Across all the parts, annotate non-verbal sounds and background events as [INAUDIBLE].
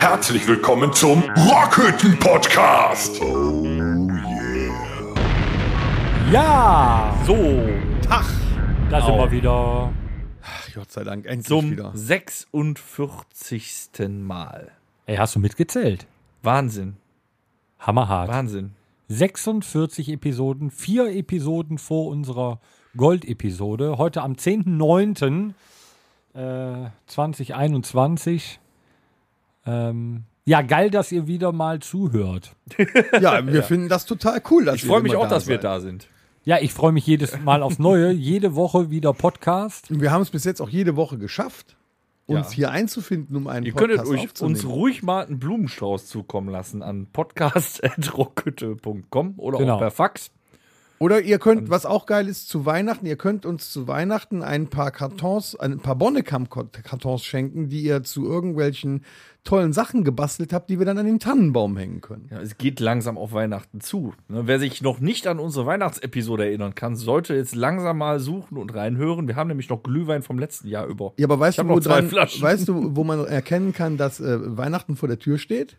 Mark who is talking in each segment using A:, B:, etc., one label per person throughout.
A: Herzlich willkommen zum Rockhütten Podcast. Oh yeah.
B: Ja,
C: So, Tag.
B: da sind
C: Au.
B: wir wieder.
D: Ach, Gott sei Dank, endlich
C: Zum
D: wieder.
C: 46. Mal.
B: Ey, hast du mitgezählt?
C: Wahnsinn,
B: Hammerhart.
C: Wahnsinn.
B: 46 Episoden, vier Episoden vor unserer Gold-Episode. Heute am 10.09. Äh, 2021. Ähm, ja, geil, dass ihr wieder mal zuhört.
C: [LAUGHS]
D: Ja, wir finden das total cool. Dass
C: Ich
D: ihr
C: freue mich
D: immer
C: auch, dass wir
D: seid.
C: da sind.
B: Ja, ich freue mich jedes Mal aufs [LAUGHS] Neue. Jede Woche wieder Podcast.
D: Und wir haben es bis jetzt auch jede Woche geschafft, uns
C: Ja.
D: hier einzufinden, um einen
C: Ihr
D: Podcast
C: könntet euch,
D: aufzunehmen.
C: uns ruhig mal einen Blumenstrauß zukommen lassen an podcast.rockhütte.com oder
B: Genau.
C: auch per Fax.
D: Oder ihr könnt, was auch geil ist, zu Weihnachten, ihr könnt uns zu Weihnachten ein paar Kartons, ein paar Bonnekamp-Kartons schenken, die ihr zu irgendwelchen tollen Sachen gebastelt habt, die wir dann an den Tannenbaum hängen können.
C: Ja, es geht langsam auf Weihnachten zu. Ne, Wer sich noch nicht an unsere Weihnachtsepisode erinnern kann, sollte jetzt langsam mal suchen und reinhören. Wir haben nämlich noch Glühwein vom letzten Jahr über.
D: Ja, aber weißt
C: Ich hab
D: du, wo
C: noch zwei
D: dran,
C: Flaschen.
D: weißt du, wo man erkennen kann, dass äh, Weihnachten vor der Tür steht?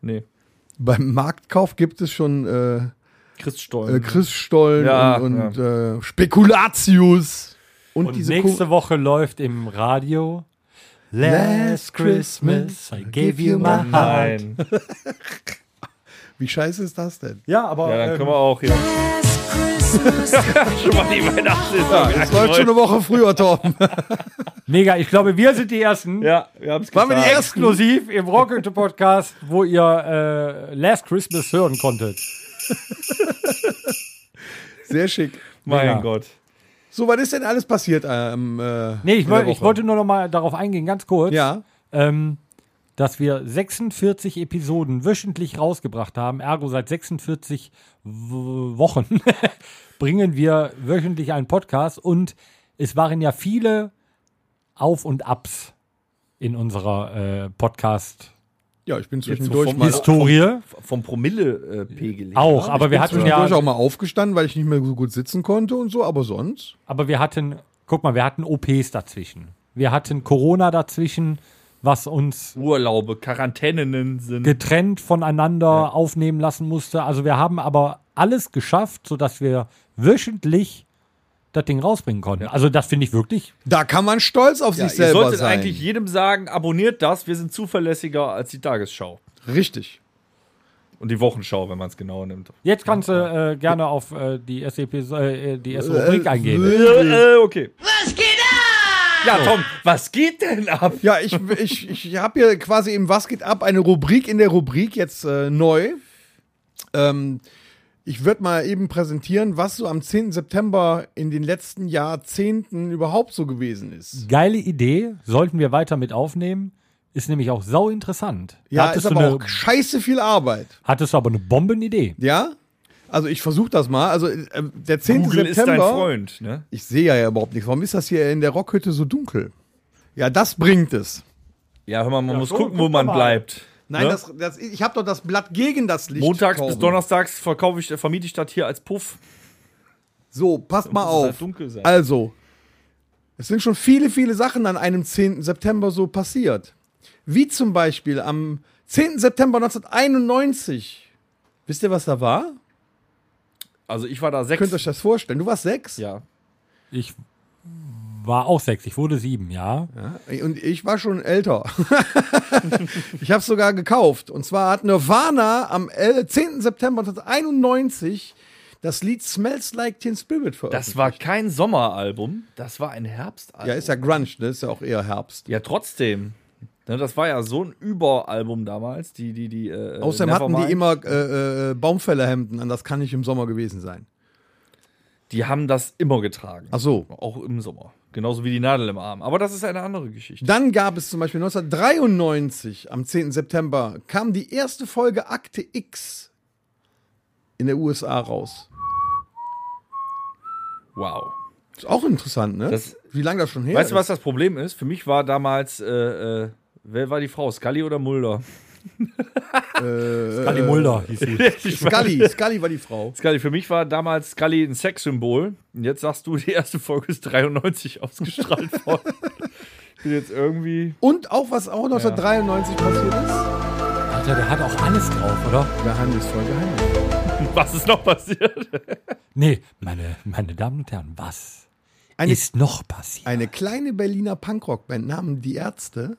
C: Nee,
D: Beim Marktkauf gibt es schon äh,
C: Christstollen.
D: äh, Christstollen
C: Mhm. Ja,
D: und, und Äh, Spekulatius. Und,
B: Und
D: diese
B: nächste
D: Ko-
B: Woche läuft im Radio. Last Christmas I gave you my heart.
C: Nein.
D: Wie scheiße ist das denn?
B: Ja, aber
C: Ja, dann
B: ähm,
C: können wir auch hier
E: Last Christmas.
C: schon mal die Weihnachtssaison.
D: Es läuft schon eine Woche früher,
C: [LAUGHS]
D: Torben.
B: mega. Ich glaube, wir sind die Ersten.
C: Ja, wir haben es
D: Waren wir die
C: geschafft.
D: Ersten?
B: exklusiv im Rockete Podcast, wo ihr äh, Last Christmas hören konntet.
D: Sehr schick.
C: Mein
B: Ja.
C: Gott.
D: So, was ist denn alles passiert? Ähm, äh,
B: Nee, ich,
D: in der
B: woll- ich
D: Woche?
B: wollte nur noch mal darauf eingehen, ganz kurz,
D: Ja,
B: ähm, dass wir 46 Episoden wöchentlich rausgebracht haben. Ergo seit 46 W- Wochen [LAUGHS] bringen wir wöchentlich einen Podcast und es waren ja viele Auf und Abs in unserer äh, Podcast-Historie.
D: ja, ich bin
C: so
D: zwischendurch
C: vom-
D: mal,
C: Ist- Vom äh, Promille-Pegel.
B: Auch, aber wir hatten ja
D: zwischendurch auch mal aufgestanden, weil ich nicht mehr so gut sitzen konnte und so, aber sonst.
B: Aber wir hatten, guck mal, wir hatten OPs dazwischen. Wir hatten Corona dazwischen, was [LAUGHS] uns
C: Urlaube, Quarantänen sind.
B: getrennt voneinander aufnehmen lassen musste. Also wir haben aber alles geschafft, sodass wir wöchentlich das Ding rausbringen konnten. Also das finde ich wirklich.
D: Da kann man stolz auf
C: ja,
D: sich
C: ihr
D: selber
C: solltet
D: sein.
C: eigentlich jedem sagen, abonniert das, wir sind zuverlässiger als die Tagesschau.
D: Richtig.
C: Und die Wochenschau, wenn man es genau nimmt.
B: Jetzt kannst du äh, gerne auf äh, die erste, Epis- äh, die erste Rubrik eingehen.
C: Äh, äh, okay. Was geht ab? Ja, Tom, was geht denn ab?
D: Ja, ich, ich, ich habe hier quasi im Was geht ab eine Rubrik in der Rubrik jetzt äh, neu. Ähm, ich würde mal eben präsentieren, was so am 10. September in den letzten Jahrzehnten überhaupt so gewesen ist.
B: Geile Idee, sollten wir weiter mit aufnehmen. Ist nämlich auch sau interessant. Da
D: Ja,
B: hattest,
D: ist
B: du
D: aber
B: eine,
D: auch scheiße viel Arbeit.
B: hattest du aber eine Bombenidee.
D: Ja? Also ich versuche das mal. Also äh, der 10.
C: Google
D: September.
C: ist dein Freund, ne?
D: Ich sehe ja überhaupt nichts. Warum ist das hier in der Rockhütte so dunkel? Ja, das bringt es.
C: Ja, hör mal, man muss
B: so,
C: gucken,
B: guck
C: wo man
B: mal.
C: bleibt.
D: Nein,
C: ne?
D: das, das, ich habe doch das Blatt gegen das Licht.
C: Montags bis
D: Torben.
C: donnerstags verkaufe ich, vermiete ich das hier als Puff.
D: So, passt mal
C: muss es
D: auf.
C: halt dunkel sein.
D: Also, es sind schon viele, viele Sachen an einem 10. September so passiert. Wie zum Beispiel am 10. September 1991. Wisst ihr, was da war?
C: Also ich war da sechs.
D: Könnt ihr euch das vorstellen? Du warst sechs?
C: ja.
B: Ich war auch sechs, ich wurde sieben, ja.
D: Und ich war schon älter. [LAUGHS] ich habe es sogar gekauft. Und zwar hat Nirvana am el- 10. September 1991 das Lied Smells Like Teen Spirit veröffentlicht.
C: Das war kein Sommeralbum, das war ein Herbstalbum.
D: ja, ist ja Grunge, ne? Ist ja auch eher Herbst.
C: Ja, trotzdem. Ne, das war ja so ein Überalbum damals, die, die, die. Äh,
D: Außerdem hatten
C: Nevermind.
D: die immer äh, äh, Baumfällerhemden an. Das kann nicht im Sommer gewesen sein.
C: Die haben das immer getragen.
D: Ach so.
C: Auch im Sommer. Genauso wie die Nadel im Arm. Aber das ist eine andere Geschichte.
D: Dann gab es zum Beispiel 1993, am 10. September, kam die erste Folge Akte X in der USA raus.
C: Wow.
D: Ist auch interessant, ne?
C: Das-
D: Wie lange das schon her
C: Weißt du,
D: ist.
C: was das Problem ist? Für mich war damals, äh, äh, wer war die Frau? Scully oder Mulder?
D: Äh,
B: Kali Mulder hieß sie.
D: Scully, Scully war die Frau.
C: Scully, für mich war damals Scully ein Sexsymbol. Und jetzt sagst du, [LAUGHS] die erste Folge ist 93 ausgestrahlt
D: [LAUGHS]
C: worden. ich bin jetzt irgendwie.
D: Und auch was auch 1993 passiert ist.
B: [LAUGHS] Alter, der hat auch alles drauf, oder?
D: Geheimnisvoll, geheimnisvoll.
C: Was ist noch passiert?
B: Nee, meine, meine Damen und Herren, was
D: Eine-
B: ist noch passiert?
D: Eine kleine Berliner Punkrock-Band namens Die Ärzte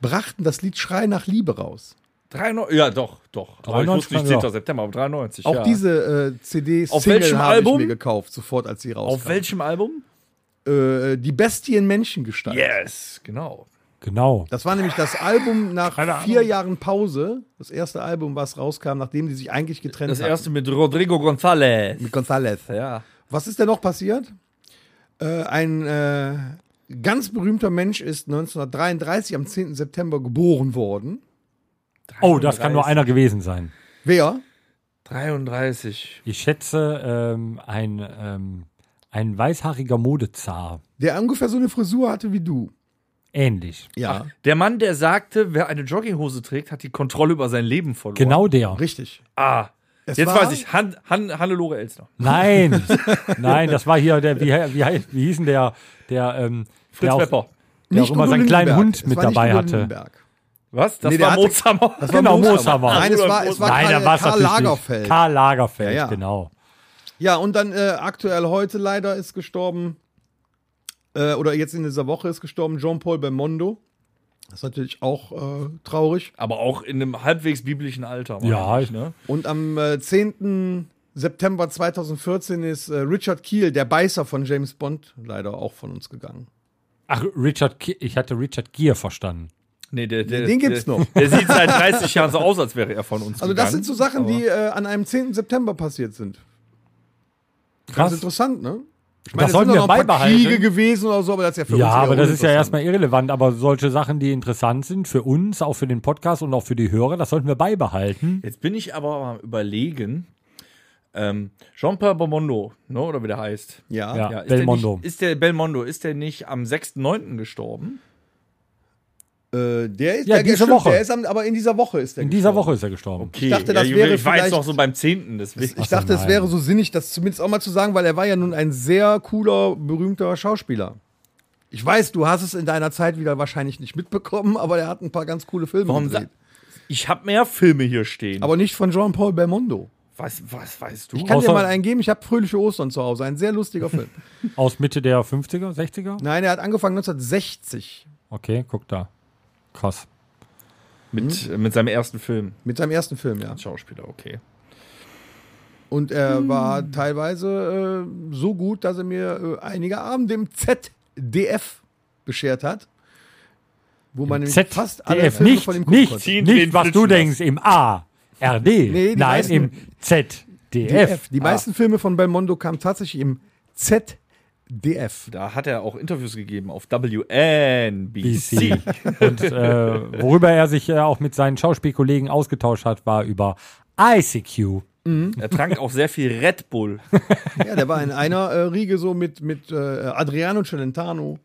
D: brachten das Lied Schrei nach Liebe raus.
C: 93, ja, doch, doch. Aber ich
B: 93,
C: wusste nicht,
B: ja.
C: 10. September, aber 93.
D: Auch
C: ja.
D: diese äh, CD
C: Auf
D: Single
C: welchem
D: habe ich
C: Album?
D: mir gekauft, sofort als sie
C: Auf
D: rauskam.
C: welchem Album?
D: Äh, die Bestien Menschengestalt.
C: Yes, genau.
B: Genau.
D: Das war nämlich das Album nach
B: Keine Ahnung.
D: vier Jahren Pause. Das erste Album, was rauskam, nachdem die sich eigentlich getrennt
C: Das
D: haben.
C: erste mit Rodrigo González.
D: Mit González.
C: Ja.
D: Was ist denn noch passiert? Äh, ein äh, ganz berühmter Mensch ist 1933 am 10. September geboren worden.
B: Oh, das kann nur einer gewesen sein.
D: Wer?
C: 33.
B: Ich schätze, ähm, ein, ähm, ein weißhaariger Modezar.
D: Der ungefähr so eine Frisur hatte wie du.
B: Ähnlich.
D: Ja,
C: Der Mann, der sagte, wer eine Jogginghose trägt, hat die Kontrolle über sein Leben verloren.
B: Genau der.
D: richtig.
C: Ah.
D: Es
C: Jetzt
D: war-
C: weiß ich, Han, Han, Hannelore Elsner.
D: [LAUGHS]
B: Nein, nein, das war hier der, wie, wie, hei- wie hieß denn der, der, ähm,
C: Fritz
B: der
C: Pepper.
B: der auch immer seinen kleinen
D: Lindenberg.
B: Hund
D: Es
B: mit
D: war nicht
B: dabei
D: nur
B: hatte.
D: Lindenberg.
C: Was? Das
D: Nee, der
C: war
D: hatte-
C: Mozammer. [LAUGHS]
D: Das war
B: Genau,
D: Mozhammer.
B: Mozhammer.
D: Nein, es war, es war
B: Nein,
D: Karl,
B: da war es
D: Karl
B: natürlich nicht.
D: Lagerfeld.
B: Karl Lagerfeld,
D: Ja, ja.
B: genau.
D: Ja, und dann äh, aktuell heute leider ist gestorben, äh, oder jetzt in dieser Woche ist gestorben, Jean-Paul Belmondo. Das ist natürlich auch äh, traurig.
C: Aber auch in einem halbwegs biblischen Alter. war
B: Ja,
C: eigentlich,
B: ich-
C: ne?
D: Und am äh, 10. September 2014 ist äh, Richard Kiel, der Beißer von James Bond, leider auch von uns gegangen.
B: Ach, Richard, Ki- ich hatte Richard Gere verstanden.
C: Nee, der, der,
D: Den gibt's
C: der,
D: noch.
C: Der sieht seit 30 Jahren so aus, als wäre er von uns.
D: Also das
C: gegangen.
D: sind so Sachen, die äh, an einem 10. September passiert sind. Ganz
B: Krass.
D: interessant, ne? Ich
B: Das
D: es
B: sollten
D: sind
B: wir
D: doch noch ein paar
B: beibehalten.
D: Kriege gewesen oder so, aber das ist ja für
B: Ja,
D: uns
B: aber das ist ja
D: uninteressant.
B: erstmal irrelevant. Aber solche Sachen, die interessant sind für uns, auch für den Podcast und auch für die Hörer, das sollten wir beibehalten.
C: Jetzt bin ich aber am überlegen. Ähm, Jean-Pierre Bomondo, ne, oder wie der heißt.
D: Ja.
B: Ja.
C: ist
B: Belmondo.
C: Der nicht, ist der Belmondo, ist der nicht am 6.9. gestorben?
D: Äh, der ist
B: Ja,
D: der,
B: diese
D: stimmt,
B: Woche.
D: Der ist am, aber in dieser Woche ist der.
B: In dieser
D: gestorben.
B: Woche ist er gestorben.
C: Okay,
D: dachte, das wäre
C: ich weiß
D: vielleicht-
C: noch so beim 10. Deswegen.
D: Ich dachte, es
B: nein.
D: wäre so sinnig, das zumindest auch mal zu sagen, weil er war ja nun ein sehr cooler, berühmter Schauspieler. Ich weiß, du hast es in deiner Zeit wieder wahrscheinlich nicht mitbekommen, aber er hat ein paar ganz coole Filme
C: Warum
D: gedreht.
C: sa- ich habe mehr Filme hier stehen.
D: Aber nicht von Jean-Paul Belmondo.
C: was, was weißt du?
D: Ich kann
B: Außer-
D: dir mal einen geben, ich habe Fröhliche Ostern zu Hause. Ein sehr lustiger Film.
B: Aus Mitte der 50er, 60er?
D: Nein, er hat angefangen 1960
B: Okay, guck da. Krass.
C: mit,
D: Hm?
C: äh, mit seinem ersten Film.
D: mit seinem ersten Film, ja.
C: Schauspieler, okay.
D: Und er war teilweise äh, so gut, dass er mir äh, einige Abende im ZDF beschert hat. Wo man nämlich fast alle
B: ZDF,
D: Filme
B: nicht,
D: von ihm gucken
B: nicht,
D: konnte.
C: Ziehen
B: nicht
C: den
B: was du
C: Flitschen
B: denkst, im A, RD,
D: die
B: nein,
D: meisten-
B: im ZDF.
D: DF.
C: Ah.
D: Die meisten Filme von Belmondo kamen tatsächlich im ZDF.
C: Da hat er auch Interviews gegeben auf WNBC.
B: BC. Und äh, worüber er sich äh, auch mit seinen Schauspielkollegen ausgetauscht hat, war über ICQ.
C: er trank auch sehr viel Red Bull.
D: Ja, der war in einer äh, Riege so mit, mit äh, Adriano Celentano.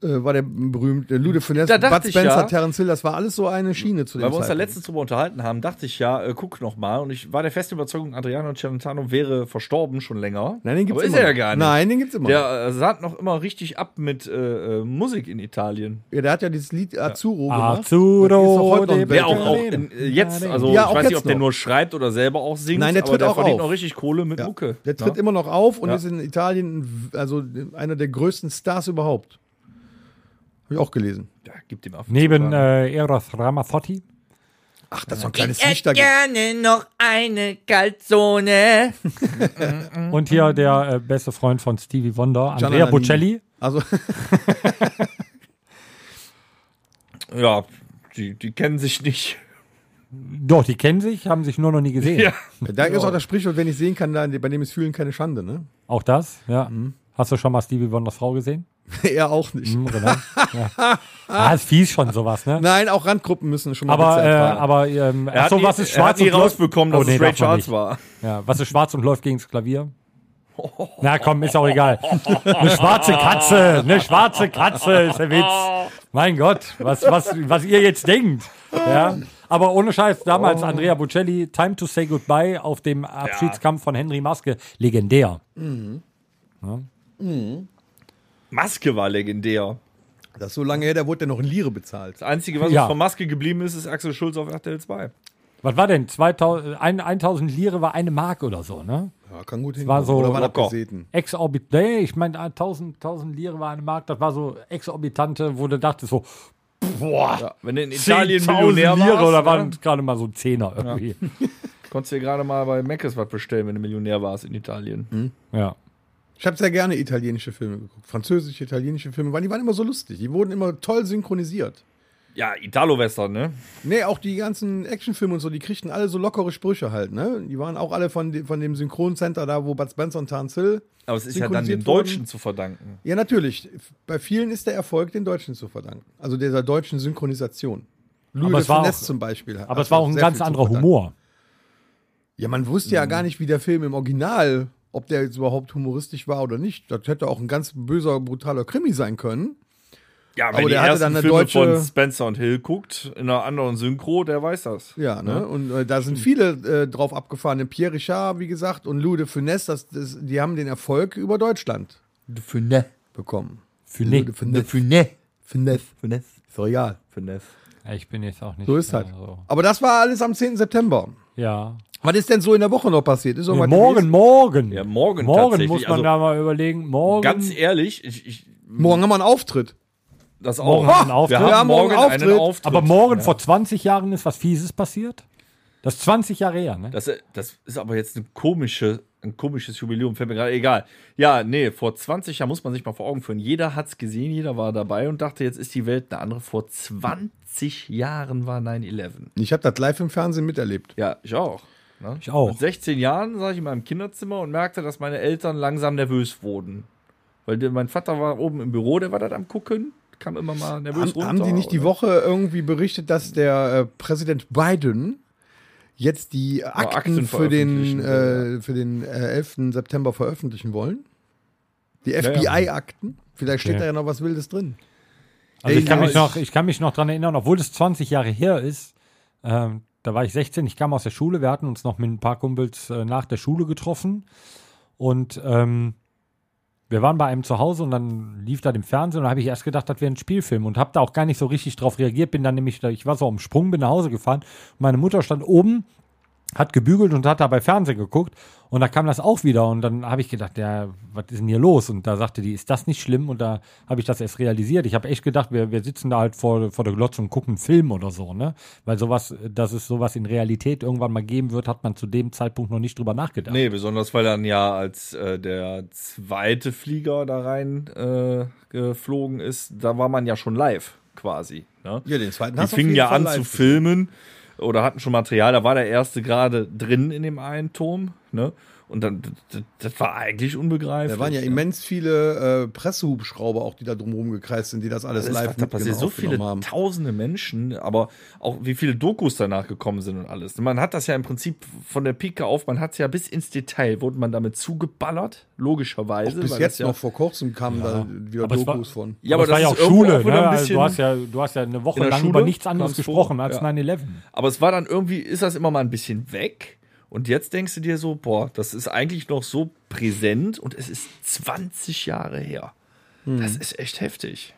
D: Äh, war der berühmte Lude Finesse,
C: Da dachte
D: Bud
C: ich
D: Spencer,
C: ja.
D: Terence Hill, das war alles so eine Schiene zu dem
C: Weil wir uns da
D: Zeitpunkt.
C: letztens drüber unterhalten haben, dachte ich ja, äh, guck noch mal. Und ich war der festen Überzeugung, Adriano Celentano wäre verstorben schon länger.
D: Nein, den gibt's
C: Aber ist
D: immer.
C: er ja gar nicht.
D: Nein, den gibt's immer. noch.
C: Der äh, sah noch immer richtig ab mit äh, äh, Musik in Italien.
D: ja, der hat ja dieses Lied Azzurro gemacht.
B: Azzurro
D: Das ist doch heute noch
B: de
D: ein
C: Der auch,
D: Weltklasse.
C: auch in, äh, jetzt, also
D: Ja,
C: ich
D: auch
C: weiß nicht,
D: jetzt
C: ob der
D: noch.
C: nur schreibt oder selber auch singt,
D: Nein, der
C: aber
D: tritt
C: der
D: auch
C: verdient
D: auf.
C: noch richtig Kohle mit Mucke. ne?
D: Der tritt
C: Ja.
D: immer noch auf und
C: Ja.
D: ist in Italien also einer der größten Stars überhaupt. Habe ich auch gelesen.
C: ja, gibt ihm auf.
B: Neben äh, Eros Ramazzotti.
D: Ach, das ist so ein kleines Licht da. gibt.
C: noch eine Calzone.
B: Und hier der äh, beste Freund von Stevie Wonder,
D: Gianna
B: Andrea
D: Nannini.
B: Bocelli.
D: Also
B: äh,
C: Ja, die, die kennen sich
B: [LAUGHS]
C: nicht.
B: Doch, die kennen sich, haben sich nur noch nie gesehen.
C: [LAUGHS] Ja.
D: Da ist auch das Sprichwort, wenn ich sehen kann, dann, bei dem ist Fühlen keine Schande, ne? [LAUGHS]
B: Auch das, ja.
C: Mhm.
B: Hast du schon mal Stevie Wonders Frau gesehen?
D: er auch nicht.
B: Hm, genau. ja. Ah, ist fies schon sowas, ne?
D: Nein, auch Randgruppen müssen schon mal
B: aber,
D: Witze
B: äh,
D: ertragen.
B: aber, ähm,
C: Er
B: ach so,
C: hat nie-
B: was ist
C: er hat
B: schwarz
C: nie
B: und läuft-
C: rausbekommen,
B: Oh,
C: dass
B: nee,
C: es Ray
B: darf man
C: Charles
B: nicht.
C: war.
B: Ja, was ist schwarz und läuft gegens Klavier? Na komm, ist auch egal. Eine schwarze Katze, eine schwarze Katze ist der Witz. Mein Gott, was, was, was ihr jetzt denkt. Ja? Aber ohne Scheiß, damals Andrea Bocelli, Time to Say Goodbye auf dem Abschiedskampf von Henry Maske, legendär.
C: Maske war legendär.
D: Das ist so lange her, da wurde der noch in Lire bezahlt.
C: Das Einzige, was
B: Ja.
C: uns von Maske geblieben ist, ist Axel Schulz auf RTL 2.
B: Was war denn? 2000, ein- 1000 Lire war eine Mark oder so, ne?
D: Ja, kann gut hin.
B: war so
D: Oder war
B: locker.
D: abgesehen.
B: Exorbit, nee, ich meine 1000, 1000 Lire war eine Mark, das war so exorbitante, wo du dachtest so, boah,
C: Wenn du in Italien
B: 10.000
C: Millionär
B: Lire
C: warst,
B: oder
C: ne,
B: waren gerade mal so ein Zehner irgendwie.
C: konntest du dir gerade mal bei Meckes was bestellen, wenn du Millionär warst in Italien.
B: Ja.
D: Ich habe sehr gerne italienische Filme geguckt. Französische, italienische Filme. Waren, die waren immer so lustig. Die wurden immer toll synchronisiert.
C: Ja, Italo-Western, ne?
D: Nee, auch die ganzen Actionfilme und so, die kriegten alle so lockere Sprüche halt, ne? Die waren auch alle von, de- von dem Synchroncenter da, wo Bud Spencer und Terence Hill.
C: Aber es ist ja dann den
D: synchronisiert wurden.
C: Deutschen zu verdanken.
D: Ja, natürlich. Bei vielen ist der Erfolg den Deutschen zu verdanken. Also dieser deutschen Synchronisation. Louis
B: Aber es
D: de
B: war
D: Funès
B: auch-
D: zum Beispiel. hat
B: Aber es war auch ein
D: sehr
B: ganz
D: viel Mhm. zu
B: anderer
D: verdanken.
B: Humor.
D: Ja, man wusste ja gar nicht, wie der Film im Original, ob der jetzt überhaupt humoristisch war oder nicht. Das hätte auch ein ganz böser, brutaler Krimi sein können.
C: Ja,
D: Aber
C: die
D: der hatte
C: ersten
D: dann eine
C: Filme
D: deutsche-
C: von Spencer und Hill guckt, in einer anderen Synchro, der weiß das.
D: Ja, ne? Und äh, da sind viele äh, drauf abgefahren. Pierre Richard, wie gesagt, und Lou de Funès, das, das, die haben den Erfolg über Deutschland
C: De Funès.
D: bekommen.
B: Für
D: Lou de
B: nee.
D: Funès.
C: Funès.
D: Funès.
C: Funès.
D: Ist doch egal.
C: Funès.
B: Ich bin jetzt auch nicht.
D: So ist halt.
B: also-
D: Aber das war alles am 10. September.
B: Ja.
D: Was ist denn so in der Woche noch passiert? Ist irgendwas
B: morgen,
D: gewesen?
B: morgen.
C: Ja, morgen
B: Morgen
C: tatsächlich,
B: muss man
C: also-
B: da mal überlegen. Morgen.
C: Ganz ehrlich, ich, ich,
D: morgen haben wir einen Auftritt.
C: das auch.
B: Morgen haben wir einen
C: Wir
B: Auftritt.
C: haben
D: Ja, morgen
C: morgen einen
D: Auftritt.
C: Auftritt.
B: aber morgen
C: Ja.
B: vor 20 Jahren ist was Fieses passiert. Das ist 20 Jahre her, ne?
C: Das, äh, das ist aber jetzt eine komische, ein komisches Jubiläum, fällt mir gerade egal. Ja, nee, vor 20 Jahren muss man sich mal vor Augen führen. Jeder hat's gesehen, jeder war dabei und dachte, jetzt ist die Welt eine andere. Vor 20 Jahren war 9-11.
D: Ich habe das live im Fernsehen miterlebt.
C: Ja, ich auch. ne?
B: Ich auch.
C: Mit 16 Jahren saß ich in meinem Kinderzimmer und merkte, dass meine Eltern langsam nervös wurden. Weil der- mein Vater war oben im Büro, der war das am Gucken, kam immer mal nervös
D: Haben,
C: runter. ne?
D: haben die nicht die
C: oder-
D: Woche irgendwie berichtet, dass der äh, Präsident Biden jetzt die Akten,
C: Akten
D: für den,
C: veröffentlichen will,
D: äh, für den äh, 11. September veröffentlichen wollen? Die
C: ja.
D: FBI-Akten? Vielleicht steht
B: Okay.
D: da ja noch was Wildes drin.
B: Also ich kann,
D: Ja,
B: mich
D: ich-
B: noch, ich kann mich noch dran erinnern, obwohl es 20 Jahre her ist, ähm, da war ich 16, ich kam aus der Schule, wir hatten uns noch mit ein paar Kumpels äh, nach der Schule getroffen und ähm, wir waren bei einem zu Hause und dann lief da im Fernsehen und da habe ich erst gedacht, das wäre ein Spielfilm und habe da auch gar nicht so richtig drauf reagiert, bin dann nämlich, da- ich war so am Sprung, bin nach Hause gefahren und meine Mutter stand oben hat gebügelt und hat dabei Fernsehen geguckt und da kam das auch wieder und dann habe ich gedacht, ja, was ist denn hier los? Und da sagte die, ist das nicht schlimm? Und da habe ich das erst realisiert. Ich habe echt gedacht, wir, wir sitzen da halt vor, vor der Glotze und gucken einen Film oder so, ne? Weil sowas, dass es sowas in Realität irgendwann mal geben wird, hat man zu dem Zeitpunkt noch nicht drüber nachgedacht.
C: Nee, besonders weil dann ja, als äh, der zweite Flieger da rein äh, geflogen ist, da war man ja schon live quasi. Ne?
D: Ja, den zweiten
C: Die fingen ja an zu filmen oder hatten schon Material. Da war der erste gerade drin in dem einen Turm. Ne? Und dann, d- d- das war eigentlich unbegreiflich.
D: Da waren ja
C: ne?
D: immens viele äh, Pressehubschrauber auch, die da drumherum gekreist sind, die das alles
C: Das
D: live
C: live da passiert
D: mitgenommen
C: so viele
D: haben.
C: tausende Menschen, aber auch wie viele Dokus danach gekommen sind und alles. Man hat das ja im Prinzip von der Pike auf, man hat es ja bis ins Detail, wurde man damit zugeballert, logischerweise.
D: Bis
C: weil
D: jetzt
C: das ja,
D: noch vor kurzem kamen da wieder
B: Aber es war-
D: Dokus von.
C: Ja,
B: aber das
C: aber
B: war
C: das
B: ja auch
C: ist irgendwo
B: Schule,
C: auch wieder
B: ne?
C: ein
B: Also du,
C: bisschen-
B: hast ja, du hast ja eine Woche
C: In der
B: lang
C: Schule
B: über nichts anderes
C: kam's
B: gesprochen
C: vor,
B: als
C: ja.
B: 9-11.
C: Aber es war dann irgendwie, ist das immer mal ein bisschen weg. Und jetzt denkst du dir so, boah, das ist eigentlich noch so präsent und es ist 20 Jahre her.
D: Hm.
C: Das ist echt heftig.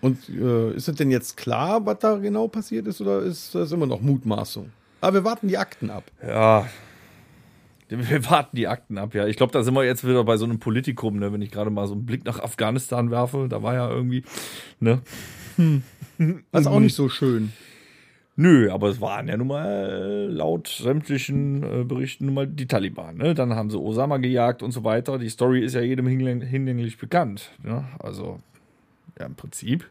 D: Und äh, ist es denn jetzt klar, was da genau passiert ist, oder ist das immer noch Mutmaßung? Aber wir warten die Akten ab.
C: Ja. Wir warten die Akten ab, ja. Ich glaube, da sind wir jetzt wieder bei so einem Politikum, ne? wenn ich gerade mal so einen Blick nach Afghanistan werfe. Da war ja irgendwie, ne?
D: Das ist auch nicht so schön.
C: Nö, aber es waren ja nun mal äh, laut sämtlichen äh, Berichten nun mal die Taliban. Ne? Dann haben sie Osama gejagt und so weiter. Die Story ist ja jedem hinläng hinlänglich bekannt. Ne? Also, ja, im Prinzip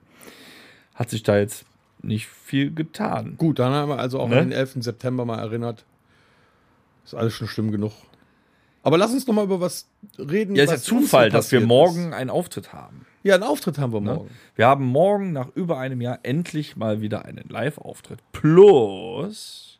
C: hat sich da jetzt nicht viel getan.
D: Gut, dann haben wir also auch
C: Ne?
D: an den 11. September mal erinnert. Ist alles schon schlimm genug. Aber lass uns noch mal über was reden.
C: Ja, ist ja
D: was uns so
C: Zufall, dass wir
D: passiert
C: morgen einen Auftritt haben.
D: Ist. Ja, einen Auftritt haben wir morgen.
C: Ne? Wir haben morgen nach über einem Jahr endlich mal wieder einen Live-Auftritt. Plus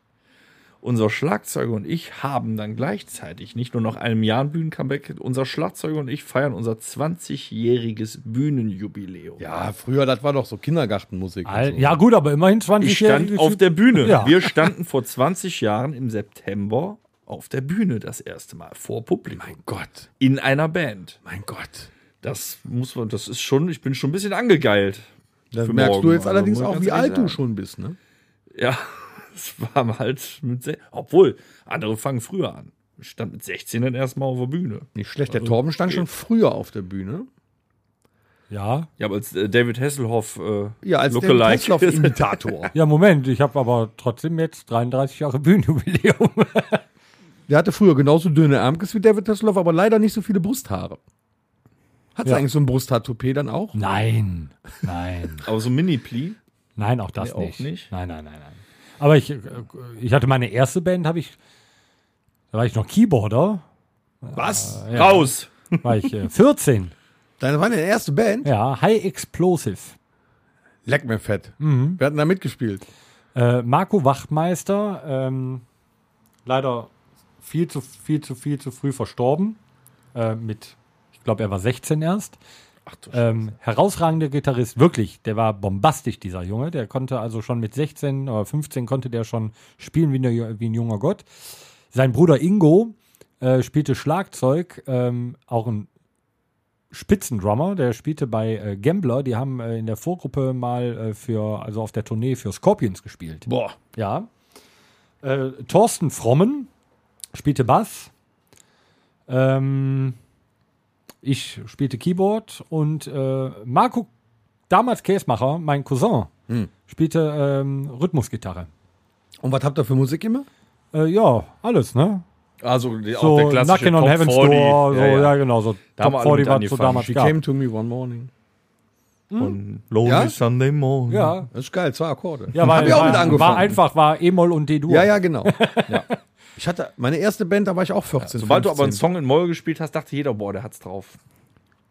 C: unser Schlagzeuger und ich haben dann gleichzeitig nicht nur nach einem Jahr ein Bühnencomeback, unser Schlagzeuger und ich feiern unser 20-jähriges Bühnenjubiläum.
D: Ja, früher, das war doch so Kindergartenmusik. und
B: Al
D: so.
B: ja, gut, aber immerhin 20
C: Also. Ich stand
B: Jahre-
C: auf der Bühne.
B: Ja.
C: Wir standen vor 20 Jahren im September auf der Bühne das erste Mal vor Publikum. Mein Gott. In einer Band.
D: Mein Gott.
C: Das muss man, das ist schon, ich bin schon ein bisschen angegeilt.
D: Da
C: Für
D: merkst du
C: morgen,
D: jetzt
C: also
D: allerdings
C: muss ich
D: auch,
C: ganz
D: wie
C: ehrlich
D: alt du
C: sagen.
D: schon bist, ne?
C: Ja, [LAUGHS] es war halt mit, se- obwohl, andere fangen früher an. Ich stand mit 16 dann erstmal auf der Bühne.
D: Nicht schlecht. Der Torben stand schon früher auf der Bühne.
B: Ja.
C: Ja, aber als äh, David Hasselhoff äh,
D: Ja, als der
C: Lookalike- [LAUGHS]
D: [LAUGHS] Tesla-Imitator.
B: Ja, Moment, ich habe aber trotzdem jetzt 33 Jahre
C: [LAUGHS]
B: Bühnenjubiläum.
D: Der hatte früher genauso dünne Ärmkes wie David Tesla, aber leider nicht so viele Brusthaare. Hat
B: Ja.
D: eigentlich so ein Brusthaar-Toupet dann auch?
B: Nein, nein,
C: aber so Mini-Pli.
B: nein, auch das
C: Nee, auch
B: nicht.
C: nicht.
B: Nein, nein, nein, nein. Aber ich, äh, ich hatte meine erste Band, habe ich, da war ich noch Keyboarder,
D: Was?
B: Ja.
C: Raus!
B: war ich äh, [LAUGHS] 14.
D: Deine war deine erste Band?
B: Ja, High Explosive.
D: Leck mir fett. Wir hatten da mitgespielt.
B: Äh, Marco Wachtmeister, ähm, leider viel zu, viel zu, viel zu früh verstorben. Äh, mit, ich glaube, er war 16 erst.
C: Ach du
B: Ähm, herausragender Gitarrist, wirklich. Der war bombastisch, dieser Junge. Der konnte also schon mit 16 oder 15 konnte der schon spielen wie, ne, wie ein junger Gott. Sein Bruder Ingo äh, spielte Schlagzeug, ähm, auch ein Spitzendrummer, der spielte bei äh, Gambler. Die haben äh, in der Vorgruppe mal äh, für, also auf der Tournee für Scorpions gespielt.
C: Boah.
B: Ja. Äh, Thorsten Frommen spielte Bass. Ähm, ich spielte Keyboard und äh, Marco, damals Käsmacher, mein Cousin,
C: Hm.
B: spielte ähm, Rhythmusgitarre.
D: Und was habt ihr für Musik immer?
B: Äh, ja, alles, ne?
C: Also die, auch
B: So
C: der klassische
B: Knockin' on
C: Top
B: Heaven's
C: 40.
B: Door, so,
C: ja, ja.
B: genau, so
C: Da haben
B: Top
C: wir alle
B: 40 was
C: mit
B: so
C: angefangen.
B: damals
D: She
B: gab.
D: came to me one morning.
C: Von Lonely
D: Hm? Ja?
C: Sunday Morning.
B: Ja,
D: Das ist geil, zwei Akkorde.
B: ja war,
D: Hab ich auch
B: war,
D: mit angefangen.
B: war einfach, war E-Moll und D-Dur.
D: Ja,
B: [LAUGHS]
D: ja, genau. ja. Ich hatte meine erste Band, da war ich auch 14.
C: Sobald du aber einen
D: 15.
C: Song in Moll gespielt hast, dachte jeder, boah, der hat's drauf.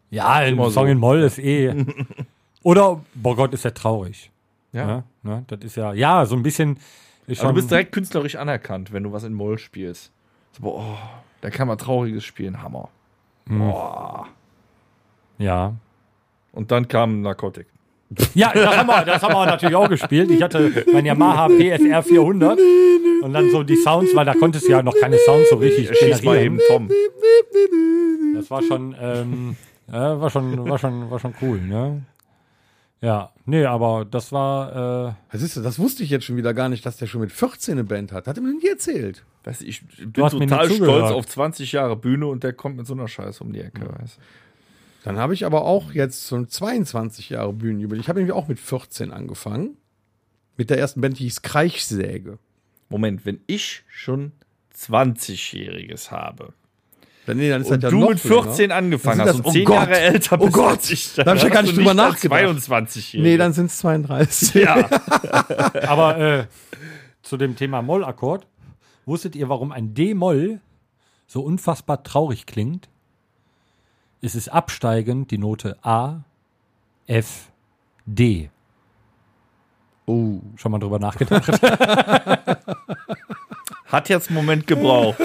B: ja ein
C: Immer so.
B: Song in Moll ist
C: [LAUGHS]
B: eh. Oder, boah Gott, ist er traurig.
C: Ja.
B: Ne? Ne? Das ist ja, ja, so ein bisschen. ist schon-
C: Aber du bist direkt künstlerisch anerkannt, wenn du was in Moll spielst. So, boah, oh, da kann man Trauriges spielen, Hammer.
B: Ja.
C: Und dann kam Narkotik.
B: Ja, das haben, wir, das haben wir natürlich auch gespielt. Ich hatte mein Yamaha PSR 400 und dann so die Sounds, weil da konntest du ja noch keine Sounds so richtig
C: Schieß mal eben,
B: generieren.
C: Tom.
B: Das war schon, ähm, äh, war schon, war schon, war schon cool, ne? Ja, nee, aber das war, äh,
D: Das, ist, das wusste ich jetzt schon wieder gar nicht, dass der schon mit 14 eine Band hat. Hat er mir nie erzählt.
C: Weißt du, ich bin
B: hast mir
C: total
B: nicht
C: stolz
B: zugehört.
C: auf 20 Jahre Bühne und der kommt mit so einer Scheiße um die Ecke. Weißt. du.
D: Dann habe ich aber auch jetzt so 22 Jahre Bühnenjubel. Ich habe nämlich auch mit 14 angefangen. Mit der ersten Band, die hieß Kreichsäge.
C: Moment, wenn ich schon 20-Jähriges habe
D: Dann, nee, dann ist das
C: und
D: ja
C: du
D: noch
C: mit
D: früher, ne?
C: 14 angefangen
D: Dann
C: hast und
D: sind das- oh
C: 10
D: Gott.
C: Jahre älter
D: Oh
C: bist
D: Gott.
C: als ich, dann
D: Da hab ich ja
C: hast
D: gar
C: du
D: nicht drüber
C: als
D: nachgedacht.
C: 22-Jährige.
D: Nee, dann sind es 32.
C: ja.
B: aber äh, zu dem Thema Moll-Akkord. Wusstet ihr, warum ein D-Moll so unfassbar traurig klingt? Es ist absteigend die Note A, F, D.
D: Oh.
B: Schon mal drüber nachgedacht.
C: [LAUGHS] Hat jetzt einen Moment
D: [LAUGHS]
C: gebraucht.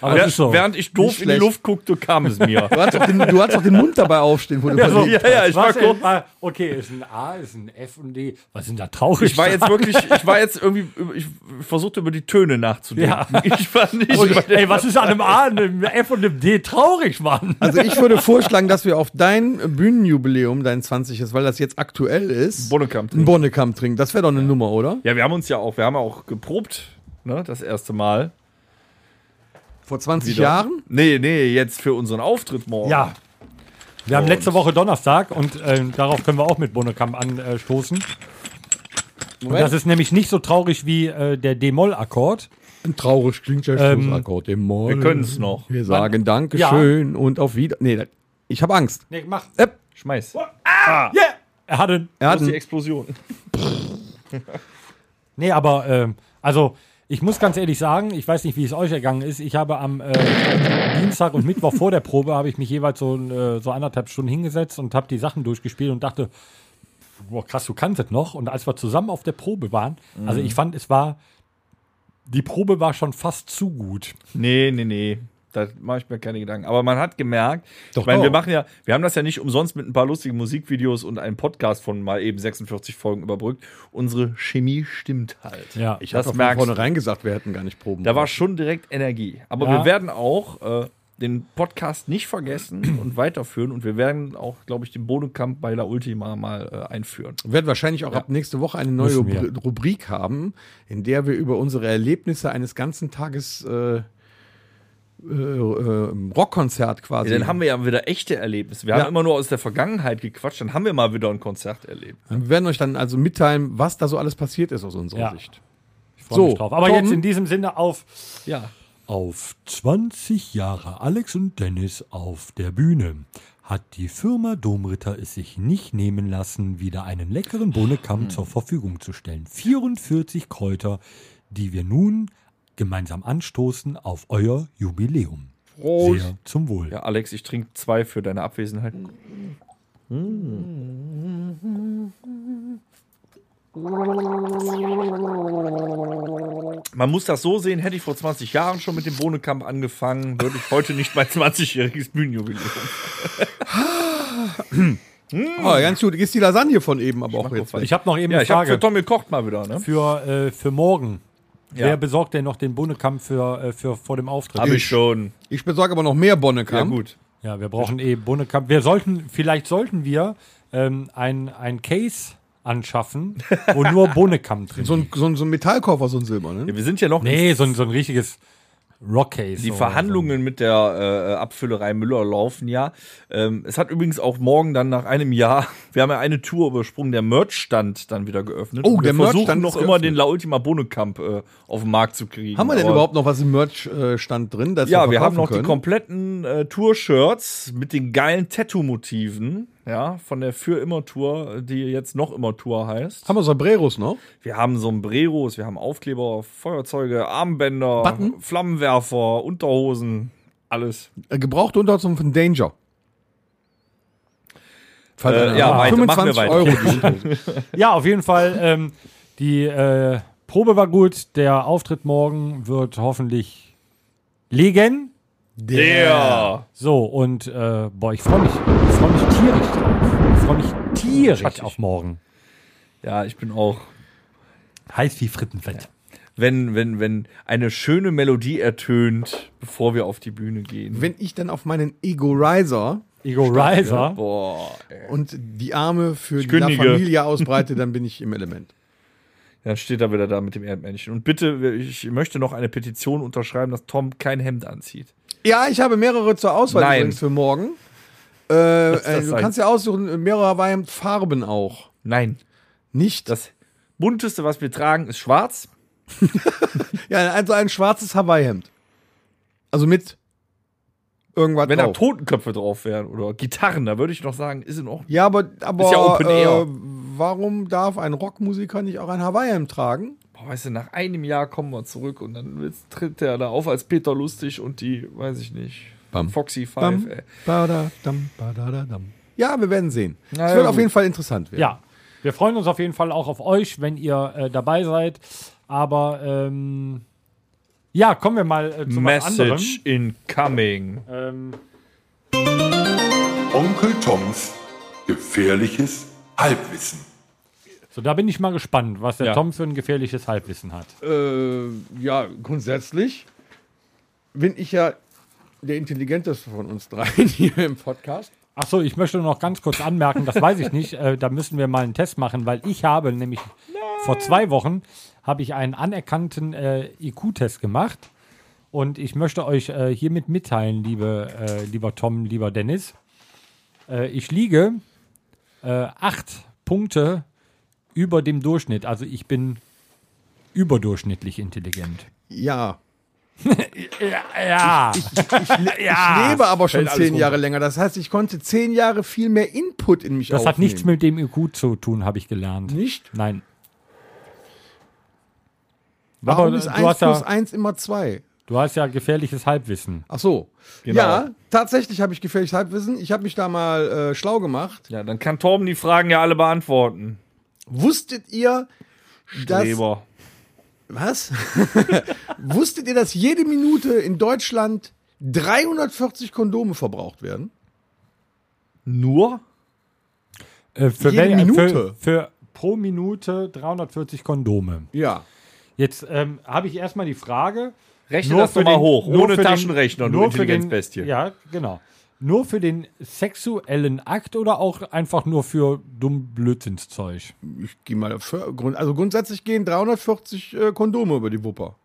B: Aber
C: Wer-
B: es ist so.
C: Während ich doof
D: Nicht
C: in die
D: schlecht.
C: Luft guckte, kam es
D: [LAUGHS]
C: mir.
D: Du hattest, auch den, du hattest auch den Mund dabei aufstehen, wo du
C: Ja, so,
D: überlegt
C: ja, ja, ich war,
B: Also, Was
C: kurz,
B: denn? Ah, Okay, ist ein A, ist ein F und D. Was sind da traurig?
C: ich war jetzt wirklich, ich war jetzt irgendwie, über- ich versuchte über die Töne nachzudenken. [LAUGHS] Ich war nicht
B: Und,
C: bei
B: [LAUGHS]
C: der-
B: ey, was ist an einem A, einem F und einem D traurig, Mann?
D: Also ich würde vorschlagen, dass wir auf dein Bühnenjubiläum, dein 20 ist, weil das jetzt aktuell ist,
C: Bonnekamp
D: einen
C: trinken.
D: Bonnekamp trinken. Das wäre doch eine Nummer, oder?
C: Ja, wir haben uns ja auch, wir haben ja auch geprobt, ne, das erste Mal.
D: Vor 20
C: Wieder.
D: Jahren?
C: Nee, nee, jetzt für unseren Auftritt morgen.
B: Ja. Wir haben letzte Woche Donnerstag und ähm, darauf können wir auch mit Bonekamp anstoßen. Und das ist nämlich nicht so traurig wie äh, der D-Moll-Akkord.
D: Traurig klingt der
B: Ähm,
D: Schlussakkord im
C: Wir
D: Morgen.
C: können es noch.
D: Wir sagen Dankeschön und auf Wieder. Nee, das- ich habe Angst.
B: Nee, mach.
D: Äpp,
C: Schmeiß.
B: Yeah. Er hatte
D: er hat
C: Das ist die
D: einen,
C: Explosion.
B: Nee, aber ähm, also ich muss ganz ehrlich sagen, ich weiß nicht, wie es euch ergangen ist. Ich habe am äh, Dienstag und Mittwoch vor der Probe habe ich mich jeweils so, äh, so anderthalb Stunden hingesetzt und habe die Sachen durchgespielt und dachte,
D: Mhm.
B: boah, krass, du kannst es noch. Und als wir zusammen auf der Probe waren, also ich fand, es war Die Probe war schon fast zu gut.
C: Nee, nee, nee. Da mache ich mir keine Gedanken. Aber man hat gemerkt,
D: Doch,
C: ich meine, wir
D: doch.
C: machen ja, wir haben das ja nicht umsonst mit ein paar lustigen Musikvideos und einem Podcast von mal eben 46 Folgen überbrückt. Unsere Chemie stimmt halt.
B: Ja.
C: ich
B: Ich
C: das
D: Von
C: merkst du.
D: vornherein gesagt, wir hätten gar nicht Proben.
C: Da war schon direkt Energie. Aber
B: Ja.
C: wir werden auch äh, den Podcast nicht vergessen und weiterführen. Und wir werden auch, glaube ich, den Bodenkampf bei La Ultima mal äh, einführen.
D: Wir werden wahrscheinlich auch ab nächste Woche eine neue
B: Müssen wir.
D: Rubri- Rubrik haben, in der wir über unsere Erlebnisse eines ganzen Tages äh, äh, äh, Rockkonzert quasi.
C: Ja, dann haben wir ja wieder echte Erlebnisse. Wir
D: Ja.
C: haben immer nur aus der Vergangenheit gequatscht, dann haben wir mal wieder ein Konzert erlebt.
D: wir werden euch dann also mitteilen, was da so alles passiert ist aus unserer
B: Ja.
D: Sicht.
B: Ich freue mich
D: So,
B: drauf. Aber
D: Tom.
B: jetzt in diesem Sinne auf,
C: Ja.
B: auf 20 Jahre Alex und Dennis auf der Bühne. Hat die Firma Domritter es sich nicht nehmen lassen, wieder einen leckeren Bohnenkamm zur Verfügung zu stellen. 44 Kräuter, die wir nun gemeinsam anstoßen auf euer Jubiläum.
C: Prost.
B: Sehr zum Wohl.
C: Ja, Alex, ich trinke zwei für deine Abwesenheit. Man muss das so sehen, hätte ich vor 20 Jahren schon mit dem Bohnenkamp angefangen, würde ich heute nicht mein 20-jähriges Bühnenjubiläum.
D: Oh, ganz gut. Ist die Lasagne von eben aber auch jetzt weg.
B: Ich habe noch eben
C: Ja,
B: eine
C: ich habe
B: Frage
C: für Tommy gekocht mal wieder, ne?
B: für, äh, für morgen.
C: Ja.
B: Wer besorgt denn noch den Bohnenkamm für, äh, für vor dem Auftritt?
C: Hab ich schon.
D: Ich besorge aber noch mehr Bonnekamp.
C: gut.
B: Ja, wir brauchen eh Bohnenkamm. Wir sollten, vielleicht sollten wir ähm, ein, ein Case anschaffen, wo nur Bohnenkamm drin ist.
D: So ein, so, ein, so ein Metallkoffer, so ein ne? silbernen.
C: Ja, wir sind ja noch
B: nee, so ein, so ein richtiges Rock-Case.
C: Die
B: so-
D: also
C: Verhandlungen mit der äh, Abfüllerei Müller laufen ja. Ähm, es hat übrigens auch morgen dann nach einem Jahr, [LAUGHS] wir haben ja eine Tour übersprungen, der Merch-Stand dann wieder geöffnet.
D: Oh,
C: Und
D: der
C: wir versuchen
D: Merch-Stand
C: noch
D: ist
C: immer
D: geöffnet.
C: den La Ultima Bohnenkamp äh, auf den Markt zu kriegen.
D: Haben wir denn
C: Aber-
D: überhaupt noch was im Merch-Stand drin? das
C: Ja, wir haben
D: verkaufen
C: noch
D: können?
C: die kompletten äh, Tour-Shirts mit den geilen Tattoo-Motiven, ja, von der Für immer Tour, die jetzt noch immer Tour heißt.
D: Haben wir Sombreros noch?
C: Wir haben Sombreros, wir haben Aufkleber, Feuerzeuge, Armbänder,
D: Button?
C: Flammenwerfer, Unterhosen, alles.
D: Äh, Gebrauchte Unterhosen von Danger. Falls
C: Äh,
D: einer-
C: ja, weiter, machen wir
D: 25
C: weiter.
D: Euro
C: [LAUGHS]
D: die Unterhosen.
B: Ja, auf jeden Fall. Ähm, die äh, Probe war gut. Der Auftritt morgen wird hoffentlich liegen.
C: Yeah.
B: So, und äh, boah, ich freue mich. Ich freue mich tierisch drauf. Ich freue mich tierisch
C: Schattig.
B: auf morgen.
C: Ja, ich bin auch.
B: Heiß wie Frittenfett.
C: Wenn, wenn, wenn eine schöne Melodie ertönt, bevor wir auf die Bühne gehen.
D: Wenn ich dann auf meinen Ego Riser
B: Ego Riser.
C: Boah, ey.
D: und die Arme für die La
C: kündige.
D: Familia ausbreite, dann bin ich im Element.
C: Dann steht er wieder da mit dem Erdmännchen. Und bitte, ich möchte noch eine Petition unterschreiben, dass Tom kein Hemd anzieht.
D: Ja, ich habe mehrere zur Auswahl
C: Nein.
D: übrigens für morgen. Äh,
C: ist das
D: äh, du
C: sein?
D: kannst ja aussuchen, mehrere waren Farben auch.
C: Nein.
D: Nicht?
C: Das bunteste, was wir tragen, ist schwarz.
D: ja, also ein schwarzes Hawaii-Hemd. Also mit irgendwas
C: Wenn da
D: drauf.
C: Totenköpfe drauf wären oder Gitarren, da würde ich noch sagen, ist in Ordnung.
D: Ja, aber, aber
C: Ist ja Open Air.
D: Äh, warum darf ein Rockmusiker nicht auch ein Hawaii-Hemd tragen?
C: Boah, weißt du, nach einem Jahr kommen wir zurück und dann wird's- tritt der da auf als Peter Lustig und die, weiß ich nicht,
D: Bam.
C: Foxy Five,
D: Bam,
C: ey.
D: badadam, badadam. Ja, wir werden sehen. Es
C: Na ja,
D: wird auf
C: gut.
D: jeden Fall interessant werden.
B: Ja, wir freuen uns auf jeden Fall auch auf euch, wenn ihr äh, dabei seid. Aber ähm, ja, kommen wir mal äh, zu was anderem.
C: Message incoming.
B: Ähm,
A: Onkel Toms gefährliches Halbwissen.
B: so, da bin ich mal gespannt, was der
C: Ja.
B: Tom für ein gefährliches Halbwissen hat.
D: äh, ja, grundsätzlich bin ich ja der intelligenteste von uns dreien [LAUGHS] hier im Podcast.
B: Achso, ich möchte nur noch ganz kurz anmerken, das weiß ich nicht. Äh, da müssen wir mal einen Test machen, weil ich habe nämlich vor zwei Wochen habe ich einen anerkannten äh, IQ-Test gemacht. Und ich möchte euch äh, hiermit mitteilen, liebe, äh, lieber Tom, lieber Dennis. Äh, ich liege äh, acht Punkte über dem Durchschnitt. Also ich bin überdurchschnittlich intelligent.
D: Ja,
B: Ja,
D: ich lebe aber schon
C: Ah, fällt alles
D: zehn Jahre länger. Das heißt, ich konnte zehn Jahre viel mehr Input in mich
B: das hat
D: aufnehmen.
B: nichts mit dem IQ zu tun, habe ich gelernt.
D: Nicht?
B: Nein.
D: Warum
B: Aber
C: äh,
D: ist
B: du
D: 1
B: hast ja-
D: plus 1 immer 2?
B: Du hast ja gefährliches Halbwissen.
D: Ach so.
C: Genau.
D: Ja, tatsächlich habe ich gefährliches Halbwissen. Ich habe mich da mal äh, schlau gemacht.
C: Ja, dann kann Torben die Fragen ja alle beantworten.
D: Wusstet ihr, dass
C: Streber.
D: Was? [LAUGHS] Wusstet ihr, dass jede Minute in Deutschland 340 Kondome verbraucht werden?
C: Nur?
B: Äh, für,
D: Jede
B: äh,
D: Minute.
B: Für, für pro Minute 340 Kondome.
D: Ja.
B: Jetzt ähm, habe ich erstmal die Frage.
C: Rechne das doch
B: für
C: mal
B: den-
C: hoch,
B: nur
C: ohne
B: für den-
C: Taschenrechner, du
B: nur für den-
C: Intelligenzbestie.
B: Ja, genau. Nur für den sexuellen Akt oder auch einfach nur für dumm Blödsinnszeug?
D: Ich gehe mal auf Grund. Also grundsätzlich gehen 340 äh, Kondome über die Wupper.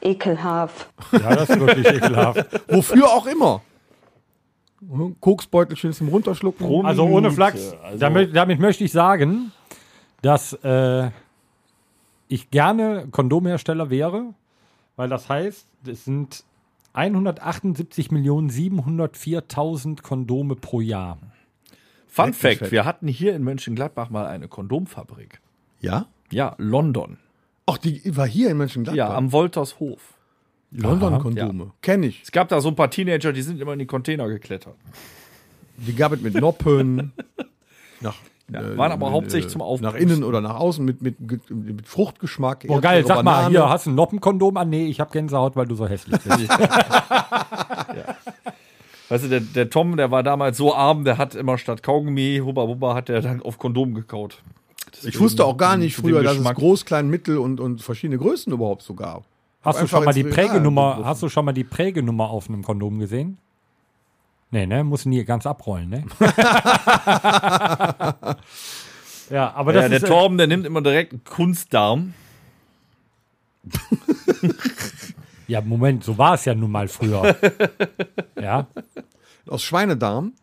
F: Ekelhaft.
B: Ja, das ist wirklich [LAUGHS] ekelhaft.
D: Wofür auch immer. Koksbeutelchen zum Runterschlucken.
C: Pro
B: Also ohne
C: Minute,
B: Flachs.
C: also-
B: damit, damit möchte ich sagen, dass äh, ich gerne Kondomhersteller wäre, weil das heißt, es sind 178.704.000 Kondome pro Jahr.
C: Fun Fact: Wir hatten hier in Mönchengladbach mal eine Kondomfabrik.
D: Ja?
C: Ja, London.
D: Ach, die war hier in Mönchengladbach.
C: Ja, am Woltershof.
D: London-Kondome. Kenn ich.
C: Es gab da so ein paar Teenager, die sind immer in die Container
B: [LAUGHS]
C: geklettert.
D: Die gab es mit Noppen. Nach, äh,
C: Ja, waren aber hauptsächlich zum Aufputz.
D: Nach innen oder nach außen mit, mit, mit, mit Fruchtgeschmack.
B: Boah,
D: Erdbeere,
B: Oh, geil, sag mal,
D: Banane.
B: hier, hast du ein Noppenkondom an? Nee, ich habe Gänsehaut, weil du so hässlich bist.
C: [LAUGHS] Weißt du, der, der Tom, der war damals so arm, der hat immer statt Kaugummi, Hubba Bubba, hat der dann auf Kondom gekaut.
D: Ich wusste auch gar nicht
C: Mit dem
D: früher, dass es
C: Geschmack.
D: groß, klein, mittel und, und verschiedene Größen überhaupt so gab.
B: Hast du
D: Einfach
B: schon mal die
D: ins Regal
B: Prägenummer,
D: gegriffen.
B: hast du schon mal die Prägenummer auf einem Kondom gesehen? Nee, ne? Muss nie ganz abrollen,
D: [LAUGHS]
B: ne? ja, aber das
C: Ja, der
B: ist, äh,
C: Torben, der nimmt immer direkt einen Kunstdarm.
B: Ja, Moment, so war es ja nun mal
C: [LAUGHS]
B: früher. ja.
D: Aus Schweinedarm.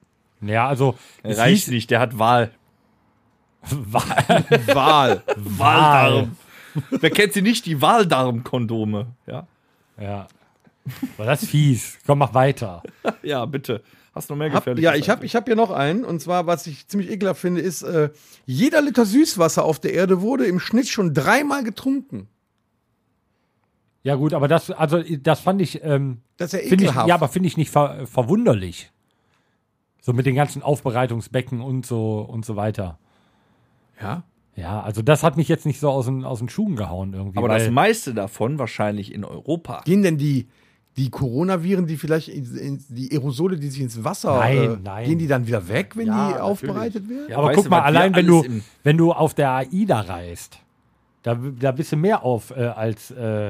B: Naja, also es
C: Reicht
B: hieß-
C: nicht, der hat Wahl.
B: [LAUGHS]
C: [LAUGHS]
B: Wa-
D: [LAUGHS] Wahl.
C: Wahldarm. [LAUGHS] Wer kennt sie nicht, die Wahldarm-Kondome? Ja?
B: ja. War das fies. Komm, mach weiter.
C: ja, bitte. Hast du noch mehr
D: Hab,
C: gefährlich?
D: ja, ich habe ich hab hier noch einen. Und zwar, was ich ziemlich ekelhaft finde, ist, äh, jeder Liter Süßwasser auf der Erde wurde im Schnitt schon dreimal getrunken.
B: Ja, gut, aber das, also das fand ich, ähm,
D: Das ist ja
B: finde ich,
D: ekelhaft.
B: ja, aber finde ich nicht ver verwunderlich. So mit den ganzen Aufbereitungsbecken und so und so weiter.
D: ja?
B: Ja, also das hat mich jetzt nicht so aus den, aus den Schuhen gehauen irgendwie.
C: Aber das
B: weil-
C: meiste davon wahrscheinlich in Europa.
D: Gehen denn die, die Coronaviren, die vielleicht in, in, die Aerosole, die sich ins Wasser,
B: Nein,
D: äh,
B: nein.
D: gehen die dann wieder weg, wenn
B: Ja,
D: die
B: natürlich.
D: aufbereitet werden?
C: Ja,
B: aber
C: weißt
B: guck
C: du,
B: mal,
C: was wir
B: allein wenn du,
C: alles im-
B: wenn du auf der AIDA reist, da, da bist du mehr auf äh, als äh,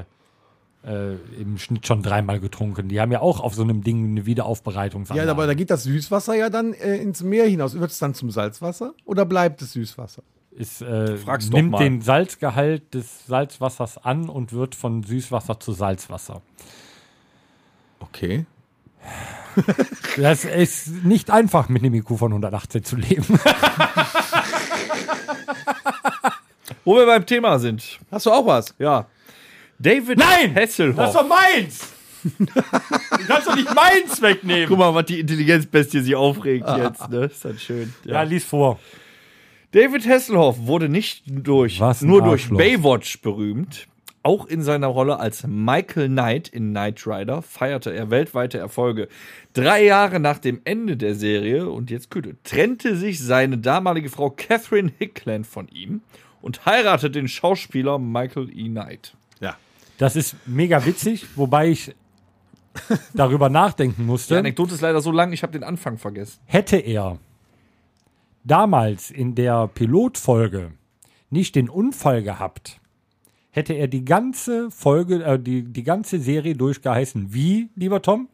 B: äh, im Schnitt schon dreimal getrunken. Die haben ja auch auf so einem Ding eine Wiederaufbereitungsanlage.
D: Ja, aber da geht das Süßwasser ja dann äh, ins Meer hinaus. Wird es dann zum Salzwasser oder bleibt es Süßwasser?
B: ist, äh,
C: Frag's doch
B: nimmt
C: mal.
B: den Salzgehalt des Salzwassers an und wird von Süßwasser zu Salzwasser.
D: Okay.
B: Das ist nicht einfach, mit einem IQ von 118 zu leben.
C: Wo wir beim Thema sind.
D: Hast du auch was?
C: Ja. David
B: Nein!
C: Hasselhoff.
B: doch meins! Du kannst doch nicht meins wegnehmen!
C: Guck mal, was die Intelligenzbestie sie aufregt
D: Ah.
C: jetzt. Ne? Ist das schön.
B: Ja, lies vor.
C: David Hasselhoff wurde nicht durch,
B: Was ein
C: nur durch
B: Arschloch.
C: Baywatch berühmt. Auch in seiner Rolle als Michael Knight in Knight Rider feierte er weltweite Erfolge. Drei Jahre nach dem Ende der Serie, und jetzt Kühle, trennte sich seine damalige Frau Catherine Hickland von ihm und heiratete den Schauspieler Michael E. Knight.
D: Ja.
B: Das ist mega witzig, wobei ich darüber nachdenken
C: Die
B: musste.
C: Anekdote ist leider so lang, ich habe den Anfang vergessen.
B: Hätte er damals in der Pilotfolge nicht den Unfall gehabt, hätte er die ganze Folge, äh, die, die ganze Serie durchgeheißen. Wie, lieber Tom?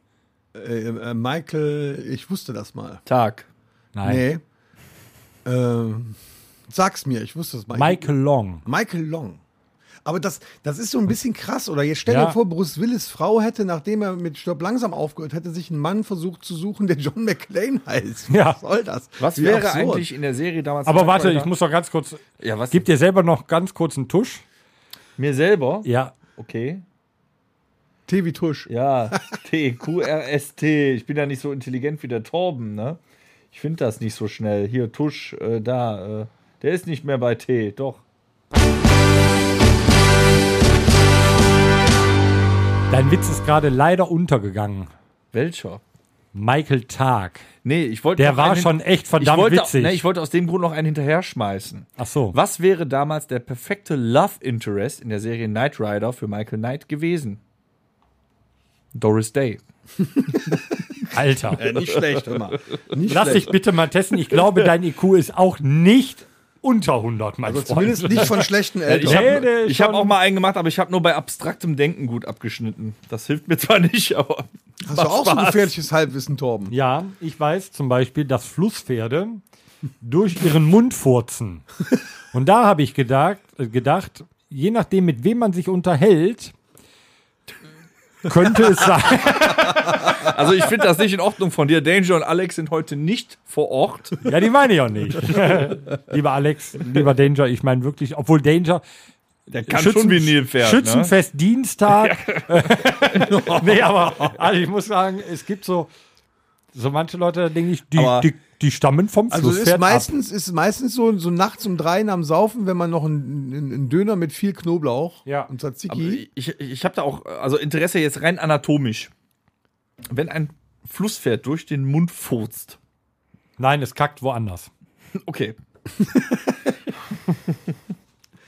D: Äh, äh, Michael, ich wusste das mal.
C: Tag.
B: Nein.
D: Nee. Ähm, sag's mir, ich wusste es mal.
B: Michael Long.
D: Michael Long. Aber das, das ist so ein bisschen krass, oder? Jetzt stell
B: Ja.
D: dir vor, Bruce Willis Frau hätte, nachdem er mit Stopp langsam aufgehört hätte, sich einen Mann versucht zu suchen, der John McClane heißt.
B: Ja.
D: Was soll das?
C: Was
D: Wie
C: wäre
D: absurd.
C: eigentlich in der Serie damals?
B: Aber
C: Knight
B: warte,
C: Rider?
B: ich muss doch ganz kurz.
C: Ja, was?
B: Gib dir selber noch ganz kurz einen Tusch.
C: mir selber?
B: Ja.
C: Okay.
D: Tee wie Tusch.
C: Ja, T, Q, R, S, T. Ich bin ja nicht so intelligent wie der Torben, ne? Ich finde das nicht so schnell. Hier, Tusch, äh, da. Äh, der ist nicht mehr bei T, doch.
B: Dein Witz ist gerade leider untergegangen.
C: Welcher?
B: Michael Tag.
C: Nee, ich wollte
B: Der
C: noch
B: war
C: einen-
B: schon echt verdammt
C: ich wollte,
B: witzig.
C: Nee, ich wollte aus dem Grund noch einen hinterher schmeißen.
B: Ach so.
C: Was wäre damals der perfekte Love Interest in der Serie Knight Rider für Michael Knight gewesen? Doris Day.
B: Alter.
D: Nicht schlecht, immer. Nicht
B: Lass dich bitte mal testen. Ich
D: [LAUGHS]
B: glaube, dein IQ ist auch nicht unter 100, mein
D: Also
B: Freund.
D: zumindest nicht
B: [LAUGHS]
D: von schlechten Eltern.
C: Ich
B: Nee,
C: habe
B: nee,
C: ich hab
B: schon.
C: auch mal einen gemacht, aber ich habe nur bei abstraktem Denken gut abgeschnitten. Das hilft mir zwar nicht, aber.
D: Hast du auch so ein gefährliches Halbwissen, Torben?
B: Ja, ich weiß zum Beispiel, dass Flusspferde durch ihren Mund furzen. Und da habe ich gedacht, äh, gedacht, je nachdem, mit wem man sich unterhält, könnte [LAUGHS] es sein.
C: Also ich finde das nicht in Ordnung von dir. Danger und Alex sind heute nicht vor Ort.
B: Ja, die meine ich auch
D: [LAUGHS]
B: nicht. lieber Alex, lieber Danger, ich meine wirklich, obwohl Danger
C: Der kann schon wie ein Nilpferd. Ne?
B: Schützenfest Dienstag. [LAUGHS] nee, aber also ich muss sagen, es gibt so, so manche Leute, da denke ich, die,
C: Aber-
B: die, die stammen vom
D: Also es ist
B: Flusspferd ab.
D: meistens, ist meistens so, so nachts um drei am Saufen, wenn man noch einen, einen, einen Döner mit viel Knoblauch
B: Ja.
D: und Tzatziki.
C: Ich, ich, ich habe da auch also Interesse jetzt rein anatomisch. Wenn ein Flusspferd durch den Mund furzt.
B: Nein, es kackt woanders.
C: Okay.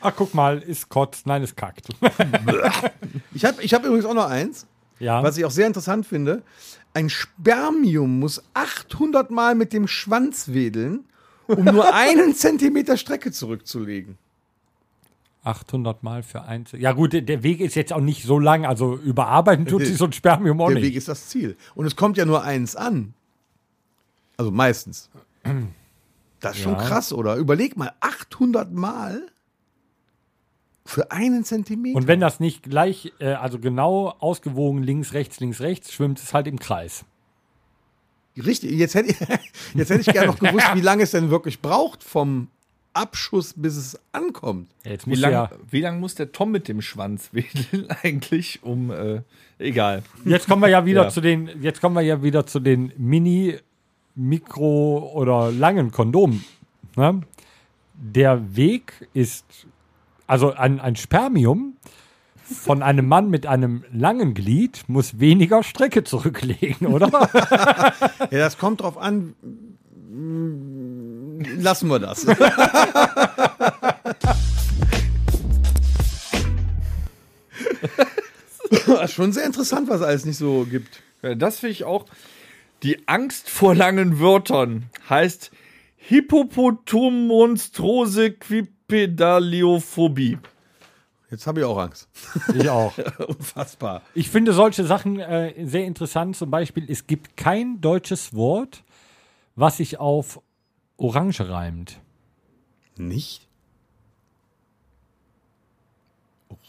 B: Ach, guck mal, ist kotzt. Nein, es kackt. [LAUGHS]
D: Ich habe ich hab übrigens auch noch eins,
B: ja.
D: was ich auch sehr interessant finde. Ein Spermium muss 800 Mal mit dem Schwanz wedeln, um
B: [LAUGHS]
D: nur einen Zentimeter Strecke zurückzulegen.
B: 800 Mal für eins. Ja, gut, der- der Weg ist jetzt auch nicht so lang. Also überarbeiten
D: [LAUGHS]
B: tut sich so ein Spermium auch
D: Der Weg
B: nicht.
D: ist das Ziel. Und es kommt ja nur eins an. Also meistens. Das ist schon
B: Ja.
D: krass, oder? Überleg mal, 800 Mal für einen Zentimeter.
B: Und wenn das nicht gleich, äh, also genau ausgewogen links, rechts, links, rechts, schwimmt es halt im Kreis.
D: Richtig, jetzt hätte, jetzt hätte ich [LAUGHS] gerne
B: [LAUGHS]
D: noch gewusst, wie lange es denn wirklich braucht vom Abschuss, bis es ankommt.
B: Ja, Jetzt
C: Wie
B: muss
C: lang,
B: ja,
C: wie lang muss der Tom mit dem Schwanz wedeln [LAUGHS] eigentlich, um äh, egal.
B: jetzt kommen wir ja wieder
C: Ja.
B: zu den, jetzt kommen wir ja wieder zu den Mini, Mikro oder langen Kondomen. Ne? Der Weg ist, also ein, ein Spermium von einem Mann mit einem langen Glied muss weniger Strecke zurücklegen,
C: [LAUGHS]
B: oder?
D: Ja, das kommt drauf an. mm, Lassen wir das. [LAUGHS] Das ist Schon sehr interessant, was alles nicht so gibt.
C: Ja, Äh, Das finde ich auch. Die Angst vor langen Wörtern heißt Hippopotommonstrose Quipedaliophobie.
D: Jetzt habe ich auch Angst. [LAUGHS]
B: Ich auch.
D: Unfassbar.
B: Ich finde solche Sachen äh, sehr interessant. Zum Beispiel, es gibt kein deutsches Wort, was sich auf Orange reimt.
D: Nicht?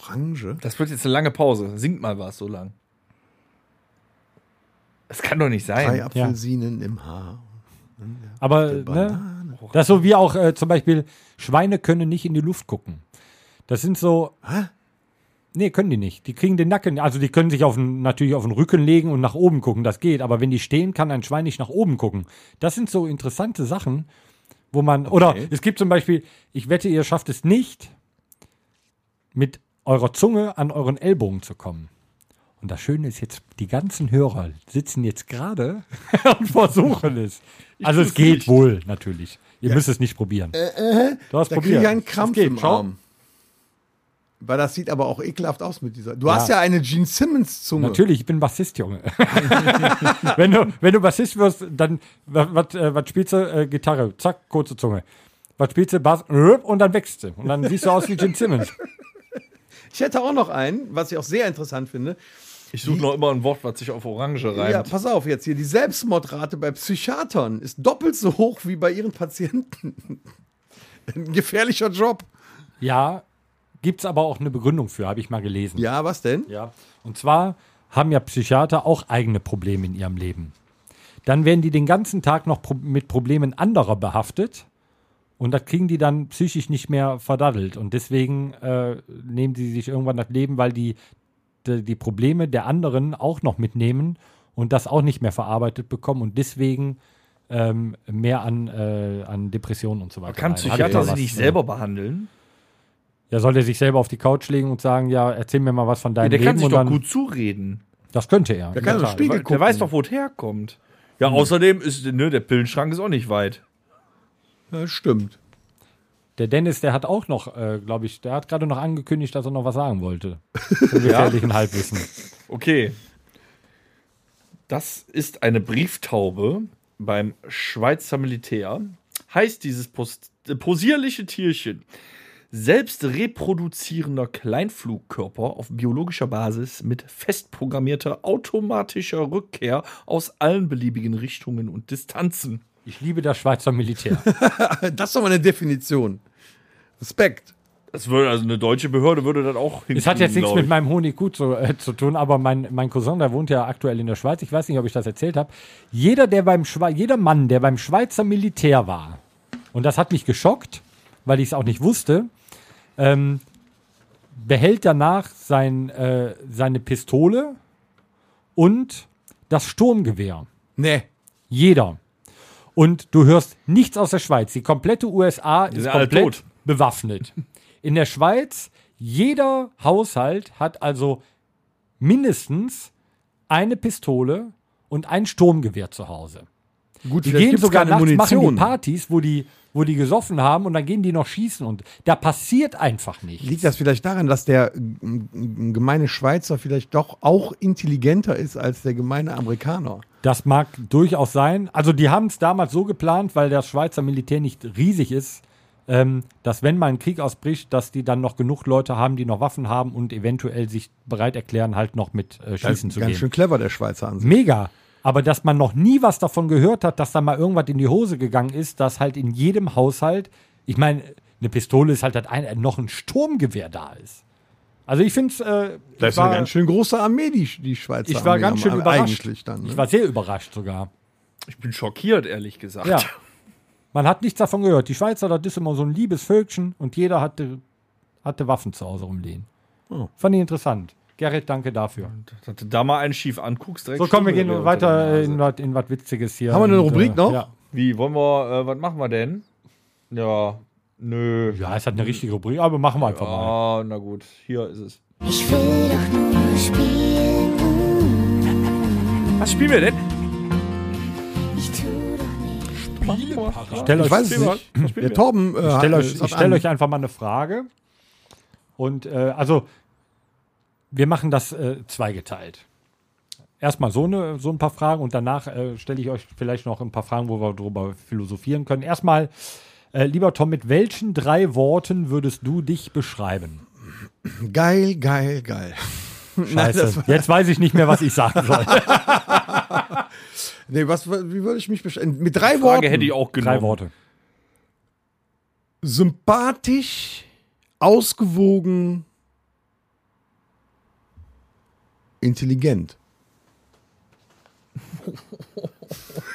D: Orange?
C: Das wird jetzt eine lange Pause. Singt mal was so lang. Das kann doch nicht
D: Drei
C: sein.
D: Apfelsinen im Haar.
B: Aber ne, das ist so wie auch äh, zum Beispiel Schweine können nicht in die Luft gucken. Das sind so. Hä? Nee, können die nicht. Die kriegen den Nacken. Also die können sich auf den, natürlich auf den Rücken legen und nach oben gucken. Das geht. Aber wenn die stehen, kann ein Schwein nicht nach oben gucken. Das sind so interessante Sachen, wo man. Oder es gibt zum Beispiel, ich wette, ihr schafft es nicht, mit eurer Zunge an euren Ellbogen zu kommen. Und das Schöne ist jetzt, die ganzen Hörer sitzen jetzt gerade [LAUGHS] und versuchen es. Also es
C: tu's
B: geht
C: nicht.
B: wohl, natürlich. Ihr müsst es nicht probieren. du hast
D: Äh, Da
B: probiert.
D: kriege ich einen Krampf
B: Es geht,
D: im
B: schau.
D: Arm. Weil das sieht aber auch ekelhaft aus mit dieser. Du hast ja eine Gene Simmons-Zunge.
B: Natürlich, ich bin Bassist, Junge. [LAUGHS] wenn, du, wenn du Bassist wirst, dann was äh, was spielst du? Äh, Gitarre, zack, kurze Zunge. Was spielst du? Bass, röp, und dann wächst du. Und dann siehst du aus wie Jim Simmons.
D: Ich hätte auch noch einen, was ich auch sehr interessant finde.
C: Ich suche noch immer ein Wort, was sich auf Orange
D: Ja,
C: reimt.
D: pass auf jetzt hier. Die Selbstmordrate bei Psychiatern ist doppelt so hoch wie bei ihren Patienten. [LAUGHS] Ein gefährlicher Job.
B: Ja, gibt's aber auch eine Begründung für, habe ich mal gelesen.
D: Ja, was denn?
B: Ja, und zwar haben ja Psychiater auch eigene Probleme in ihrem Leben. Dann werden die den ganzen Tag noch pro mit Problemen anderer behaftet und das kriegen die dann psychisch nicht mehr verdaddelt. Und deswegen äh, nehmen sie sich irgendwann das Leben, weil die, die die Probleme der anderen auch noch mitnehmen und das auch nicht mehr verarbeitet bekommen und deswegen ähm, mehr an, äh, an Depressionen und so weiter.
C: Kann
B: leiden. Hab ich
C: Psychiater
B: da
C: sich
B: was?
C: nicht selber behandeln?
B: Ja, soll er sich selber auf die Couch legen und sagen, ja, erzähl mir mal was von deinem
C: der
B: Leben
C: kann sich
B: und
C: doch
B: dann,
C: gut zureden.
B: Das könnte er.
D: Der
B: Ja,
D: kann im
B: klar.
D: Spiegel
C: Der
D: gucken.
C: weiß doch, wo es herkommt.
B: Hm.
C: Ja, außerdem ist ne, der Pillenschrank ist auch nicht weit.
D: Ja, stimmt.
B: Der Dennis, der hat auch noch, äh, glaube ich, der hat gerade noch angekündigt, dass er noch was sagen
C: [LAUGHS]
B: wollte. Zum gefährlichen Halbwissen.
C: Okay. Das ist eine Brieftaube beim Schweizer Militär. Heißt dieses pos äh, posierliche Tierchen. Selbst reproduzierender Kleinflugkörper auf biologischer Basis mit festprogrammierter automatischer Rückkehr aus allen beliebigen Richtungen und Distanzen.
B: Ich liebe das Schweizer Militär.
D: Äh, Das ist doch mal eine Definition. Respekt.
C: Das würde also eine deutsche Behörde würde das auch hinkriegen.
B: Es hat jetzt nichts
C: glaub
B: mit
C: ich.
B: meinem Honiggut zu, äh, zu tun, aber mein, mein Cousin, der wohnt ja aktuell in der Schweiz, ich weiß nicht, ob ich das erzählt habe. Jeder, der beim Schwe jeder Mann, der beim Schweizer Militär war, und das hat mich geschockt, weil ich es auch nicht wusste, ähm, behält danach sein, äh, seine Pistole und das Sturmgewehr.
D: Nee.
B: Jeder. Und du hörst nichts aus der Schweiz. Die komplette USA ist
C: sind alle
B: komplett
C: tot.
B: bewaffnet. In der Schweiz, jeder Haushalt hat also mindestens eine Pistole und ein Sturmgewehr zu Hause.
D: Gut,
B: Die gehen sogar nachts, machen die Partys, wo die, wo die gesoffen haben und dann gehen die noch schießen und da passiert einfach nichts.
D: Liegt das vielleicht daran, dass der ähm, ähm, gemeine Schweizer vielleicht doch auch intelligenter ist als der gemeine Amerikaner?
B: Das mag durchaus sein. Also die haben es damals so geplant, weil das Schweizer Militär nicht riesig ist, ähm, dass wenn mal ein Krieg ausbricht, dass die dann noch genug Leute haben, die noch Waffen haben und eventuell sich bereit erklären, halt noch mit äh, Schießen zu
D: Ganz
B: gehen.
D: schön clever, der Schweizer an sich.
B: Mega. Aber dass man noch nie was davon gehört hat, dass da mal irgendwas in die Hose gegangen ist, dass halt in jedem Haushalt, ich meine, eine Pistole ist halt halt ein, äh, noch ein Sturmgewehr da ist. Also ich finde es, äh,
D: Das
B: ich
D: ist eine
B: war,
D: ganz schön große Armee, die, die Schweizer
B: ich war
D: Armee
B: ganz schön
D: am-
B: überrascht.
D: Eigentlich dann. Ne?
B: Ich war sehr überrascht sogar.
C: Ich bin schockiert, ehrlich gesagt.
B: Ja. Man hat nichts davon gehört. Die Schweizer, das ist immer so ein liebes Völkchen und jeder hatte, hatte Waffen zu Hause rumlehnen.
D: Oh.
B: Fand ich interessant. Gerrit, danke dafür.
C: Dass du da mal einen schief anguckst, direkt
B: So, komm, wir
C: Sturmgewehr
B: gehen
C: unter der
B: weiter
C: Nase.
B: in was in was Witziges hier.
D: Haben wir eine
B: Und, äh,
D: Rubrik noch?
B: Ja.
C: Wie, wollen wir, äh, was machen wir denn? Ja, nö.
B: ja, es hat eine richtige Rubrik, aber machen wir einfach mal.
C: Ah, na gut, hier ist es.
E: Ich will doch nur spielen.
C: Was spielen wir denn?
E: Ich tu doch nicht.
B: Stell
D: Ich
B: euch,
D: weiß es nicht. Der Torben. Äh,
B: ich stell
D: hat-
B: euch,
D: es hat
B: ich stell
D: an-
B: euch einfach mal eine Frage. Und äh, also, wir machen das äh, zweigeteilt. Erstmal so, eine, so ein paar Fragen und danach äh, stelle ich euch vielleicht noch ein paar Fragen, wo wir darüber philosophieren können. Erstmal, äh, lieber Tom, mit welchen drei Worten würdest du dich beschreiben?
D: Geil, geil, geil.
B: Scheiße, jetzt weiß ich nicht mehr, was ich sagen
C: [LAUGHS]
B: soll.
D: Nee, was, wie würde ich mich beschreiben? Mit drei
C: Frage
D: Worten.
C: hätte ich auch genommen.
B: drei Worte.
D: Sympathisch, ausgewogen, intelligent.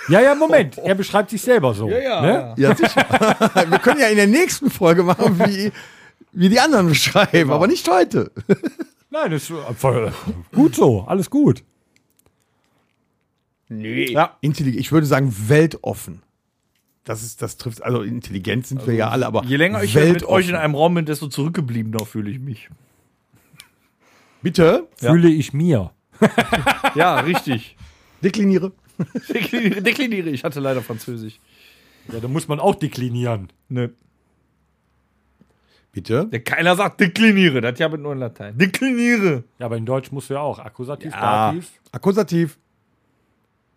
B: Ja, ja, Moment, er beschreibt sich selber so.
C: ja.
B: Ne?
D: Ja, sicher. [LAUGHS] Wir können ja in der nächsten Folge machen, wie, wie die anderen beschreiben,
B: Genau.
D: aber nicht heute.
B: Nein, das ist äh, voll, gut so, alles gut.
C: Nee.
D: Ja. Intelligent. Ich würde sagen, weltoffen. Das ist, das trifft, also intelligent sind wir ja alle, aber
C: Je länger ich halt mit euch in einem Raum bin, desto zurückgebliebener fühle ich mich.
D: Bitte,
B: Fühle ich mir.
C: [LAUGHS] Ja, [LAUGHS] richtig.
D: dekliniere.
C: dekliniere, dekliniere. Ich hatte leider Französisch.
B: Ja, da muss man auch deklinieren.
C: Nö.
D: Bitte.
C: Ja, keiner sagt dekliniere. Das ja mit nur in Latein. Dekliniere.
B: Ja, aber in Deutsch musst du ja auch Akkusativ,
C: Ja.
B: Dativ
D: Akkusativ.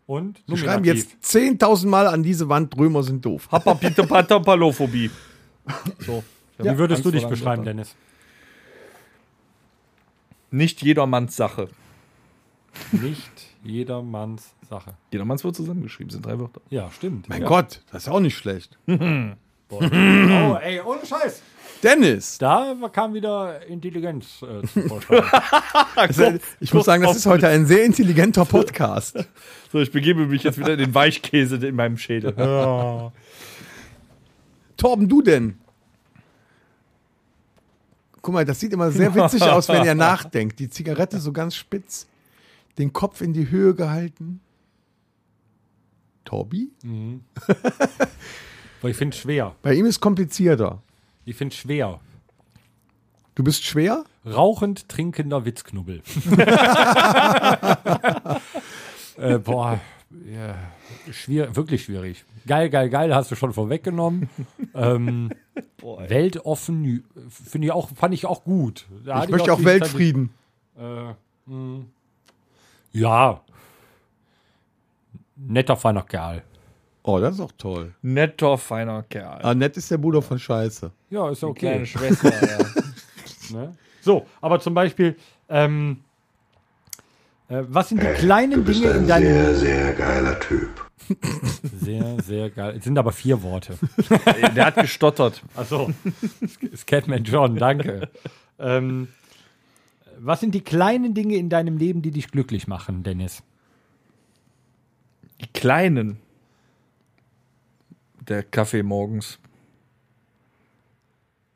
B: und
D: Wir
B: Nominativ.
D: schreiben jetzt 10.000 Mal an diese Wand, Römer sind doof.
C: Papa, Peter, Pater, Palophobie. So.
B: Wie würdest du
C: Angst
B: dich
C: vor
B: beschreiben,
C: Wörtern.
B: Dennis?
C: Nicht jedermanns Sache.
B: Nicht jedermanns Sache.
C: Jedermanns wird zusammengeschrieben, sind drei Wörter.
B: Ja, stimmt.
D: Mein Gott, das ist ja auch nicht schlecht.
B: Oh, ey, ohne Scheiß.
D: Dennis,
B: Da kam wieder Intelligenz äh, zum Vorschein.
D: [LAUGHS] Also, ich muss sagen, das ist heute ein sehr [LAUGHS] intelligenter Podcast.
C: So, ich begebe mich jetzt wieder in den Weichkäse in meinem Schädel.
D: Torben, du denn? Guck mal, das sieht immer sehr witzig aus, [LAUGHS] wenn er nachdenkt. Die Zigarette so ganz spitz, den Kopf in die Höhe gehalten. Torbi?
B: Weil ich finde es schwer.
D: Bei ihm ist komplizierter.
B: Ich finde es schwer.
D: Du bist schwer?
B: Rauchend trinkender
D: [LAUGHS]
B: Witzknubbel. äh, boah. ja. schwier wirklich schwierig. Geil, geil, geil, hast du schon vorweggenommen. ähm, weltoffen, Jü- finde ich auch, fand ich auch gut. Da hatte
D: Ich möchte
B: noch
D: auch
B: die-
D: Weltfrieden.
B: Äh, mh. ja. Netter, feiner Kerl.
D: Oh, das ist auch toll.
C: Netter, feiner Kerl.
D: Ah, nett ist der Bruder von Scheiße.
B: Ja, ist okay.
C: Kleine Schwester, ja.
B: Ne? So, aber zum Beispiel, ähm, äh, was sind die kleinen Dinge in deinem.
F: sehr, sehr geiler Typ.
B: Sehr, sehr geil. Es sind aber vier Worte.
C: Der hat gestottert.
B: Achso, ist Catman John, danke. ähm, was sind die kleinen Dinge in deinem Leben, die dich glücklich machen, Dennis?
C: Die Kleinen. Der Kaffee morgens.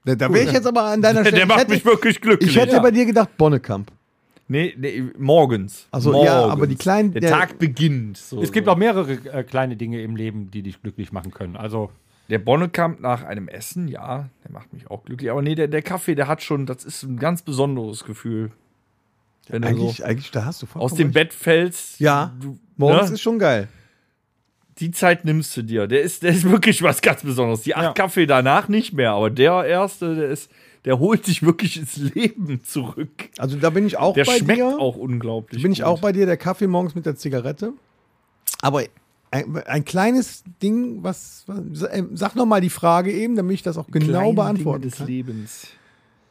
D: Da, da wäre ich jetzt aber an deiner Stelle.
C: Der macht
D: hätte,
C: mich wirklich glücklich.
D: ich hätte bei dir gedacht Bonnekamp.
C: Nee, nee, morgens.
D: Also,
C: morgens.
D: ja, aber die kleinen-
C: Der,
D: der-
C: Tag beginnt. So,
B: Es gibt
C: so.
B: auch mehrere äh, kleine Dinge im Leben, die dich glücklich machen können. Also,
C: Der Bonnekamp nach einem Essen, ja, der macht mich auch glücklich. Aber nee, der, der Kaffee, der hat schon, das ist ein ganz besonderes Gefühl. Wenn du so
D: Eigentlich, eigentlich, da hast du vollkommen
C: aus dem
D: recht.
C: Bett fällst.
D: Ja,
C: Du,
D: morgens
C: ne?
D: ist schon geil.
C: Die Zeit nimmst du dir. Der ist, der ist wirklich was ganz Besonderes. Die acht
B: Ja.
C: Kaffee danach nicht mehr, aber der erste, der ist, der holt sich wirklich ins Leben zurück.
D: Also da bin ich auch
C: Der
D: bei
C: schmeckt
D: dir.
C: auch unglaublich.
D: bin ich
C: gut.
D: auch bei dir, der Kaffee morgens mit der Zigarette. Aber ein, ein kleines Ding, was, was äh, sag noch mal die Frage eben, damit ich das auch genau
C: Kleine
D: beantworten
C: Dinge des
D: kann.
C: Lebens.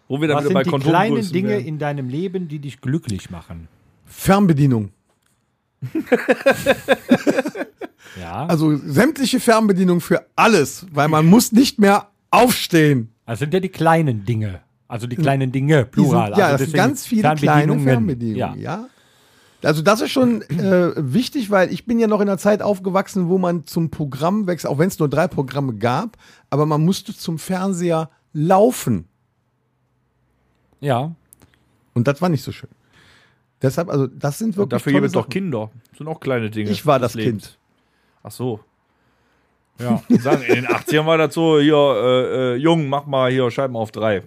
C: Wo wir dann
B: was
C: wieder bei
B: sind die
C: Kondomgrößen
B: kleinen Dinge
C: wären.
B: in deinem Leben, die dich glücklich machen?
D: Fernbedienung.
B: Ja, also,
D: Also sämtliche Fernbedienung für alles, weil man muss nicht mehr aufstehen.
B: das Also, sind ja die kleinen Dinge. Also die kleinen Dinge,
D: Die sind-
B: plural.
D: ja,
B: also
D: das sind ganz viele kleine Fernbedienungen. Ja. Also das ist schon äh, wichtig, weil ich bin ja noch in einer Zeit aufgewachsen, wo man zum Programm wechselt, auch wenn es nur drei Programme gab, aber man musste zum Fernseher laufen.
B: Ja.
D: Und das war nicht so schön. Deshalb, also das sind wirklich.
C: Und dafür
D: tolle
C: gibt es doch
D: Sachen.
C: Kinder. Das sind auch kleine Dinge.
D: Ich war
C: des
D: das
C: Lebens.
D: Kind.
C: Ach so. [LAUGHS]
B: Ja.
C: Die Sagen, in den 80ern war das so, hier, äh, äh, Jung, mach mal hier Scheiben auf drei.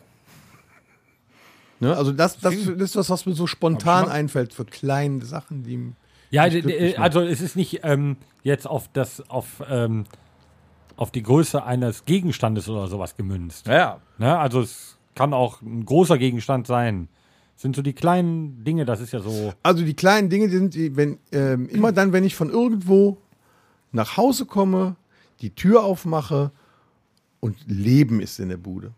D: Ne? Also das, das ist was, was mir so spontan einfällt für kleine Sachen, die.
B: Ja,
D: Nicht
B: d- d-
D: glücklich macht.
B: also es ist nicht ähm, jetzt auf das, auf, ähm, auf die Größe eines Gegenstandes oder sowas gemünzt.
C: Naja,
B: Ne? Also es kann auch ein großer Gegenstand sein. Es Sind so die kleinen Dinge, das ist ja so.
D: Also die kleinen Dinge, die sind, die, wenn ähm, immer dann, wenn ich von irgendwo nach Hause komme, die Tür aufmache und Leben ist in der Bude.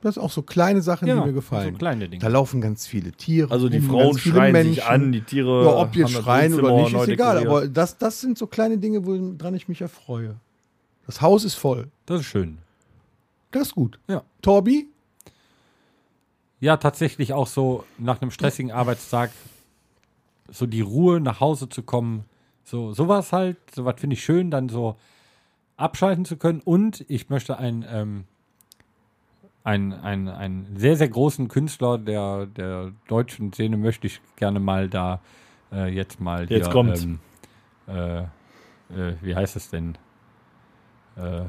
D: Das sind auch so kleine Sachen,
B: Ja,
D: die mir gefallen.
B: Genau. so kleine Dinge.
D: Da laufen ganz viele Tiere.
C: also die
D: rum,
C: Frauen
D: Hm, ganz viele
C: schreien sich
D: Menschen.
C: an, die Tiere.
D: Ja, ob jetzt
C: haben das
D: schreien oder
C: Wohnzimmer
D: nicht,
C: neu
D: ist egal.
C: dekoriert.
D: Aber das, das sind so kleine Dinge, woran ich mich erfreue. Das Haus ist voll.
B: Das ist schön.
D: Das ist gut.
B: Ja.
D: Torbi?
B: Ja, tatsächlich auch so nach einem stressigen Arbeitstag so die Ruhe nach Hause zu kommen. So sowas halt, sowas finde ich schön, dann so abschalten zu können. Und ich möchte einen, ähm, einen, einen, einen sehr, sehr großen Künstler der, der deutschen Szene möchte ich gerne mal da äh, jetzt mal
C: Jetzt kommt's.
B: Ähm, äh, äh, wie heißt es denn? Äh,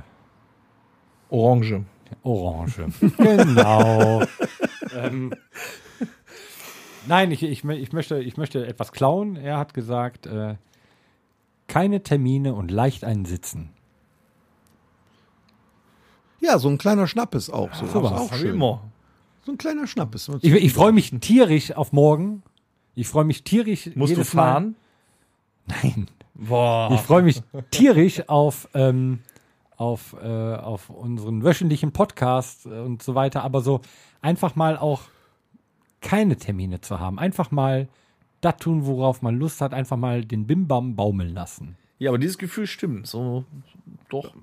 C: Orange.
B: Orange. Genau. ähm, nein, ich, ich, mö- ich, möchte, ich möchte etwas klauen. Er hat gesagt, äh, keine Termine und leicht einen Sitzen.
D: Ja, so ein kleiner Schnappes auch. So,
B: sowas.
D: Ist auch
C: Wie
D: schön.
C: immer.
D: So ein kleiner Schnappes.
B: Ich, ich freue mich tierisch auf morgen. Ich freue mich tierisch.
C: Musst du
B: jedes
C: fahren?
B: Mal. Nein.
C: Boah.
B: Ich freue mich tierisch auf, ähm, auf, äh, auf unseren wöchentlichen Podcast äh, und so weiter, aber so einfach mal auch keine Termine zu haben. Einfach mal das tun, worauf man Lust hat, einfach mal den Bimbam baumeln lassen.
C: Ja, aber dieses Gefühl stimmt. So, doch.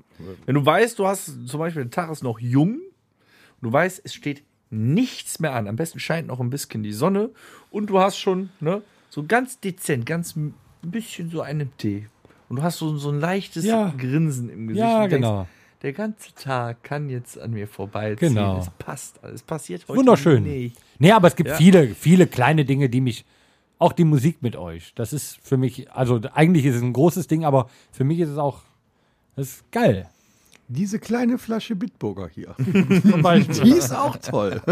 C: Wenn du weißt, du hast zum Beispiel, der Tag ist noch jung, und du weißt, es steht nichts mehr an. Am besten scheint noch ein bisschen die Sonne und du hast schon, ne, so ganz dezent, ganz ein bisschen so einen Tee. Und du hast so, so ein leichtes
B: Ja.
C: Grinsen im Gesicht.
B: Ja,
C: und denkst,
B: genau.
C: Der ganze Tag kann jetzt an mir vorbeiziehen.
B: Genau.
C: Es passt. alles. Es passiert heute
B: Wunderschön.
C: nicht.
B: Nee, aber es gibt
C: Ja.
B: viele, viele kleine Dinge, die mich. Auch die Musik mit euch. Das ist für mich, also eigentlich ist es ein großes Ding, aber für mich ist es auch, das ist geil.
D: Diese kleine Flasche Bitburger hier.
B: [LAUGHS] Zum Beispiel.
D: Die ist auch
B: [LAUGHS]
D: toll.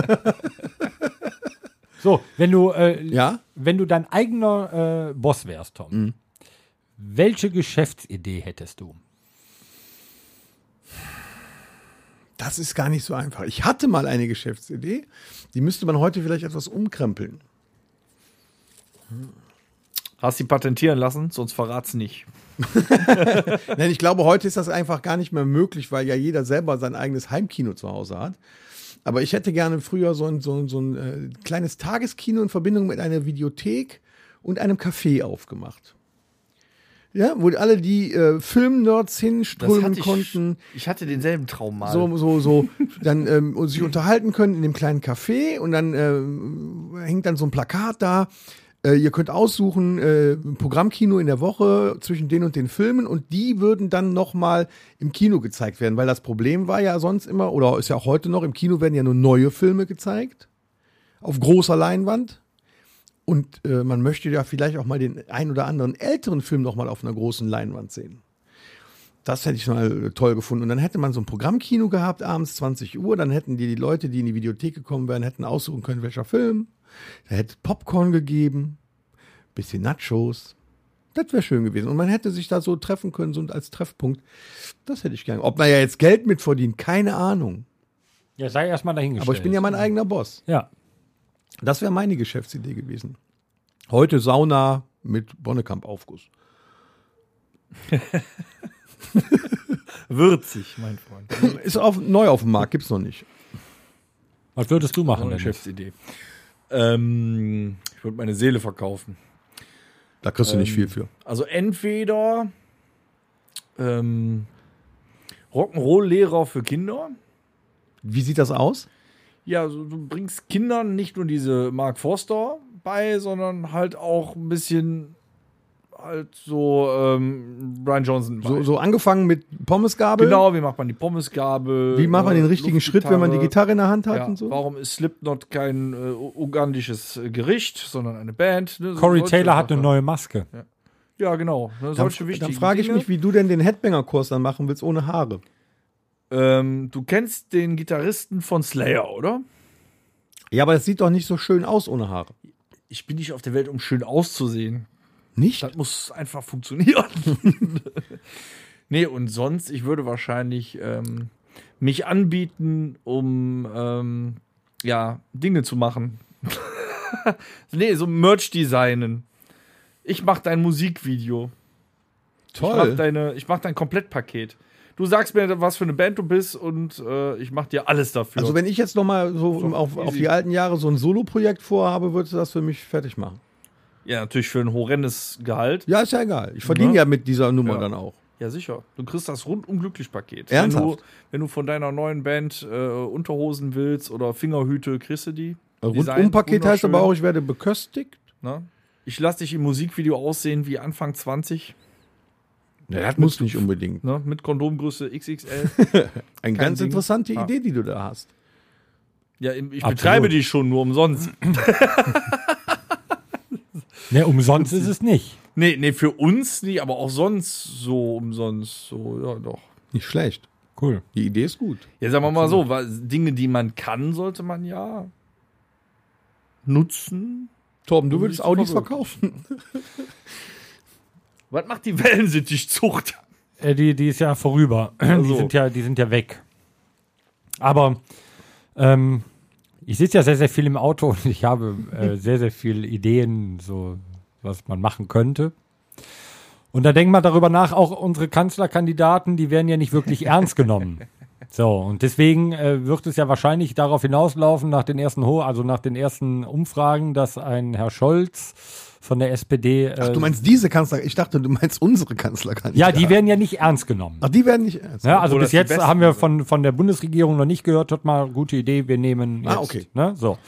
B: So, wenn du äh,
D: Ja?
B: äh,
D: Mhm.
B: wenn du dein eigener äh, Boss wärst, Tom, Welche Geschäftsidee hättest du?
D: Das ist gar nicht so einfach. Ich hatte mal eine Geschäftsidee, die müsste man heute vielleicht etwas umkrempeln.
C: Hast sie patentieren lassen, sonst verrat's nicht.
D: Nein, ich glaube, heute ist das einfach gar nicht mehr möglich, weil ja jeder selber sein eigenes Heimkino zu Hause hat. Aber ich hätte gerne früher so ein, so ein, so ein äh, kleines Tageskino in Verbindung mit einer Videothek und einem Café aufgemacht. Ja, wo alle die äh, Filmnerds hinströmen konnten.
C: Ich hatte denselben Traum mal.
D: so, so, so, dann ähm, und sich unterhalten können in dem kleinen Café und dann ähm, hängt dann so ein Plakat da. Äh, ihr könnt aussuchen, äh, Programmkino in der Woche zwischen den und den Filmen und die würden dann nochmal im Kino gezeigt werden, weil das Problem war ja sonst immer, oder ist ja auch heute noch, im Kino werden ja nur neue Filme gezeigt. Auf großer Leinwand. Und äh, man möchte ja vielleicht auch mal den ein oder anderen älteren Film nochmal auf einer großen Leinwand sehen. Das hätte ich mal toll gefunden. Und dann hätte man so ein Programmkino gehabt, abends 20 Uhr. Dann hätten die, die Leute, die in die Videothek gekommen wären, hätten aussuchen können, welcher Film. Da hätte es Popcorn gegeben, bisschen Nachos. Das wäre schön gewesen. Und man hätte sich da so treffen können, so als Treffpunkt. Das hätte ich gerne. Ob man ja jetzt Geld mitverdient, keine Ahnung.
B: Ja, sei erstmal dahingestellt.
D: Aber ich bin ja mein eigener Boss.
B: Ja,
D: Das wäre meine Geschäftsidee gewesen. Heute Sauna mit Bonnekamp-Aufguss.
C: Würzig, mein Freund.
D: Ist auf, neu auf dem Markt, gibt's noch nicht.
B: was würdest du machen, Dennis?
C: Geschäftsidee. Ähm, ich würde meine Seele verkaufen.
D: Da kriegst du nicht viel für.
C: Also entweder ähm, Rock'n'Roll-Lehrer für Kinder.
D: Wie sieht das aus?
C: Ja, so, du bringst Kindern nicht nur diese Mark Forster bei, sondern halt auch ein bisschen halt so ähm, Brian Johnson. Bei.
D: So, so angefangen mit Pommesgabel.
C: Genau, wie macht man die Pommesgabel?
D: Wie macht man
C: äh,
D: den richtigen Schritt, wenn man die Gitarre in der Hand hat
C: Ja,
D: und so?
C: Warum ist Slipknot kein äh, u- ugandisches äh, Gericht, sondern eine Band? ne? So
B: Corey
C: solche
B: Taylor hat eine
C: Sachen.
B: neue Maske.
C: Ja, genau. Ne?
D: Dann,
C: solche wichtigen
D: dann frage ich
C: Dinge.
D: mich, wie du denn den Headbanger-Kurs dann machen willst ohne Haare.
C: Ähm, du kennst den Gitarristen von Slayer, oder?
D: Ja, aber das sieht doch nicht so schön aus ohne Haare.
C: Ich bin nicht auf der Welt, um schön auszusehen.
D: Nicht?
C: Das muss einfach funktionieren. [LAUGHS] nee, und sonst, ich würde wahrscheinlich ähm, mich anbieten, um ähm, ja, Dinge zu machen. [LAUGHS] nee, so Merch designen. Ich mach dein Musikvideo. Ich mach,
D: Toll.
C: deine, ich mach dein Komplettpaket. Du sagst mir, was für eine Band du bist und äh, ich mach dir alles dafür.
D: Also wenn ich jetzt noch mal so,
C: So,
D: auf, auf
C: easy.
D: die alten Jahre so ein Solo-Projekt vorhabe, würdest du das für mich fertig machen.
C: ja, natürlich für ein horrendes Gehalt.
D: Ja, ist ja egal. Ich verdiene
C: Ja.
D: ja mit dieser Nummer
C: Ja.
D: dann auch.
C: Ja, sicher. Du kriegst das rundum glücklich Paket. Wenn
D: Ernsthaft?
C: du, wenn du von deiner neuen Band äh, Unterhosen willst oder Fingerhüte, kriegst du die. Design,
D: Rundum-Paket heißt aber auch,
C: wunderschön,
D: ich werde beköstigt.
C: Ne? Ich lasse dich im Musikvideo aussehen wie Anfang 20,
D: Ja, das muss nicht unbedingt.
C: ne? mit Kondomgröße
D: [LAUGHS]
C: XXL.
D: Eine
C: Kein
D: ganz
C: Ding.
D: interessante
C: Ah.
D: Idee, die du da hast.
C: ja, ich
B: Absolut.
C: betreibe die schon nur umsonst.
B: Ne, umsonst ist es nicht.
C: Nee, nee, für uns nie, aber auch sonst so umsonst. So, ja, doch.
D: Nicht schlecht.
B: Cool.
D: Die Idee ist gut.
C: Ja, sagen wir mal so, weil Dinge, die man kann, sollte man ja nutzen.
D: Torben, du
C: Um
D: würdest
C: dich zu
D: Audis
C: verwirklichen.
D: verkaufen.
C: Was macht die Wellensittichzucht?
B: Äh, die, die ist ja vorüber. [CLEARS THROAT] Die,
C: Also.
B: sind ja, die sind ja weg. Aber ähm, ich sitze ja sehr, sehr viel im Auto [LAUGHS] und ich habe äh, sehr, sehr viele Ideen, so was man machen könnte. Und da denkt man darüber nach, auch unsere Kanzlerkandidaten, die werden ja nicht wirklich ernst genommen. So, und deswegen äh, wird es ja wahrscheinlich darauf hinauslaufen, nach den ersten Ho also nach den ersten Umfragen, dass ein Herr Scholz von der SPD. Äh,
D: Du meinst diese Kanzler? Ich dachte, du meinst unsere Kanzlerkandidatin.
B: ja, die werden ja nicht ernst genommen.
D: Ach, die werden nicht ernst.
B: Ja, also
C: Obwohl das
B: bis
C: die
B: jetzt
C: Besten
B: haben wir
C: sind.
B: von, von der Bundesregierung noch nicht gehört, hört mal, gute Idee, wir nehmen jetzt.
D: Ah, okay.
B: Ne? So.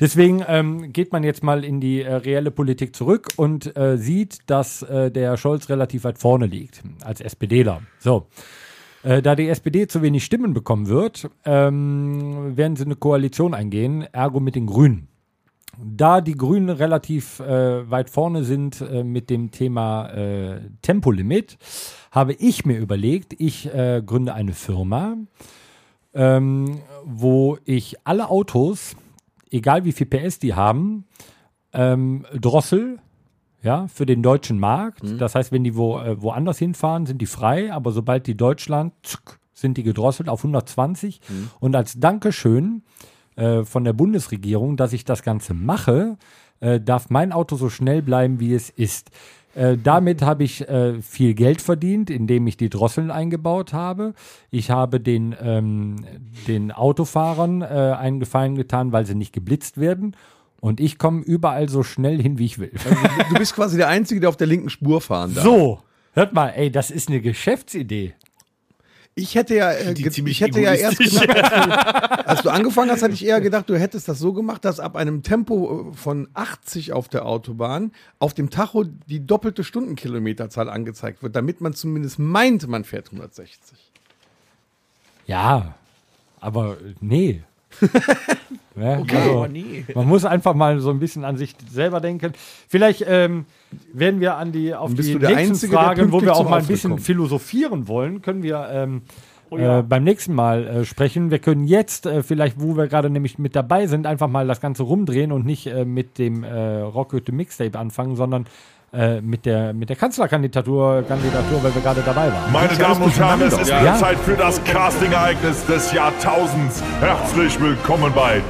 B: Deswegen ähm, geht man jetzt mal in die äh, reelle Politik zurück und äh, sieht, dass äh, der Scholz relativ weit vorne liegt als SPDler. So. Äh, da die SPD zu wenig Stimmen bekommen wird, ähm, werden sie eine Koalition eingehen, ergo mit den Grünen. Da die Grünen relativ äh, weit vorne sind äh, mit dem Thema äh, Tempolimit, habe ich mir überlegt, ich äh, gründe eine Firma, ähm, wo ich alle Autos, egal wie viel PS die haben, ähm, drossel ja, für den deutschen Markt. Das heißt, wenn die wo, äh, woanders hinfahren, sind die frei, aber sobald die Deutschland, zuck, sind die gedrosselt auf 120. Und als Dankeschön äh, von der Bundesregierung, dass ich das Ganze mache, äh, darf mein Auto so schnell bleiben, wie es ist. Äh, damit habe ich äh, viel Geld verdient, indem ich die Drosseln eingebaut habe. Ich habe den, ähm, den Autofahrern äh, einen Gefallen getan, weil sie nicht geblitzt werden. Und ich komme überall so schnell hin, wie ich will.
D: Also, Du bist quasi der Einzige, der auf der linken Spur fahren darf.
B: So, hört mal, ey, das ist eine Geschäftsidee.
D: Ich hätte ja, äh, ge-
C: ziemlich
D: ich hätte ja erst
C: egoistisch. [LAUGHS]
D: gedacht, als du, als du angefangen hast, hatte ich eher gedacht, du hättest das so gemacht, dass ab einem Tempo äh, von 80 auf der Autobahn auf dem Tacho die doppelte Stundenkilometerzahl angezeigt wird, damit man zumindest meint, man fährt 160.
B: Ja, aber äh, nee. [LAUGHS] ja,
D: Oh.
B: also,
C: nee.
B: man muss einfach mal so ein bisschen an sich selber denken. Vielleicht ähm, werden wir an die auf
D: Dann bist
B: die
D: du der
B: nächsten
D: Einzige, der
B: Fragen, wo
D: pünktlich
B: wir auch
D: zum
B: mal ein
D: Auftritt
B: bisschen
D: kommt.
B: philosophieren wollen, können wir ähm, äh, beim nächsten Mal äh, sprechen. Wir können jetzt äh, vielleicht, wo wir gerade nämlich mit dabei sind, einfach mal das Ganze rumdrehen und nicht äh, mit dem äh, Rockhütte Mixtape anfangen, sondern äh, mit der mit der Kanzlerkandidatur, Kandidatur, weil wir gerade dabei waren.
F: Meine Damen und Herren, es ist
B: Ja.
F: Zeit für das Casting-Ereignis des Jahrtausends. Herzlich willkommen bei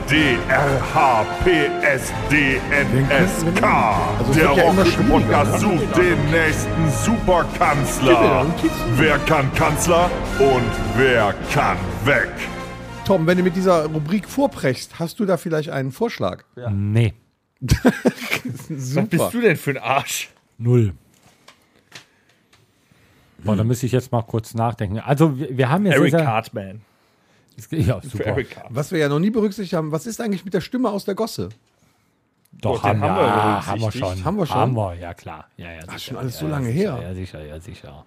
F: DRHPSDNSK. Der
D: Also, wird ja immer
F: rockische
D: schwieriger, ne?
F: Podcast sucht den nächsten Superkanzler. Wer kann Kanzler und wer kann weg?
D: Tom, wenn du mit dieser Rubrik vorprechst, hast du da vielleicht einen Vorschlag?
B: Nee,
D: Super.
C: Was bist du denn für ein Arsch?
B: null. Boah, da müsste ich jetzt mal kurz nachdenken. Also wir, wir haben jetzt
C: Eric
B: sehr-
C: Hartman.
B: ja
C: Für
B: super.
C: Eric Hartman.
D: Was wir ja noch nie berücksichtigt haben, was ist eigentlich mit der Stimme aus der Gosse?
B: Doch,
C: Doch,
B: haben,
C: den
B: wir,
C: haben wir
B: ah, haben wir
C: berücksichtigt.
B: schon.
D: Haben wir schon?
B: Haben wir, ja klar. Ja, ja, sicher,
D: schon alles
B: ja,
D: so
B: ja,
D: lange
B: sicher,
D: her.
B: Ja, sicher, ja, sicher.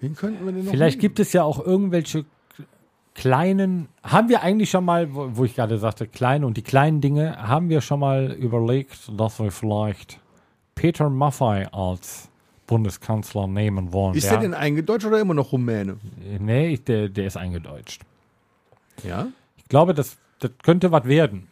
D: Wen könnten wir denn noch?
B: Vielleicht
D: nehmen?
B: gibt es ja auch irgendwelche kleinen, haben wir eigentlich schon mal, wo, wo ich gerade sagte, kleine und die kleinen Dinge, haben wir schon mal überlegt, dass wir vielleicht Peter Maffei als Bundeskanzler nehmen wollen.
D: Ist
B: der,
D: der denn eingedeutscht oder immer noch Rumäne?
B: Nee, ich- der, der ist eingedeutscht.
D: Ja.
B: Ich glaube, das, das könnte was werden.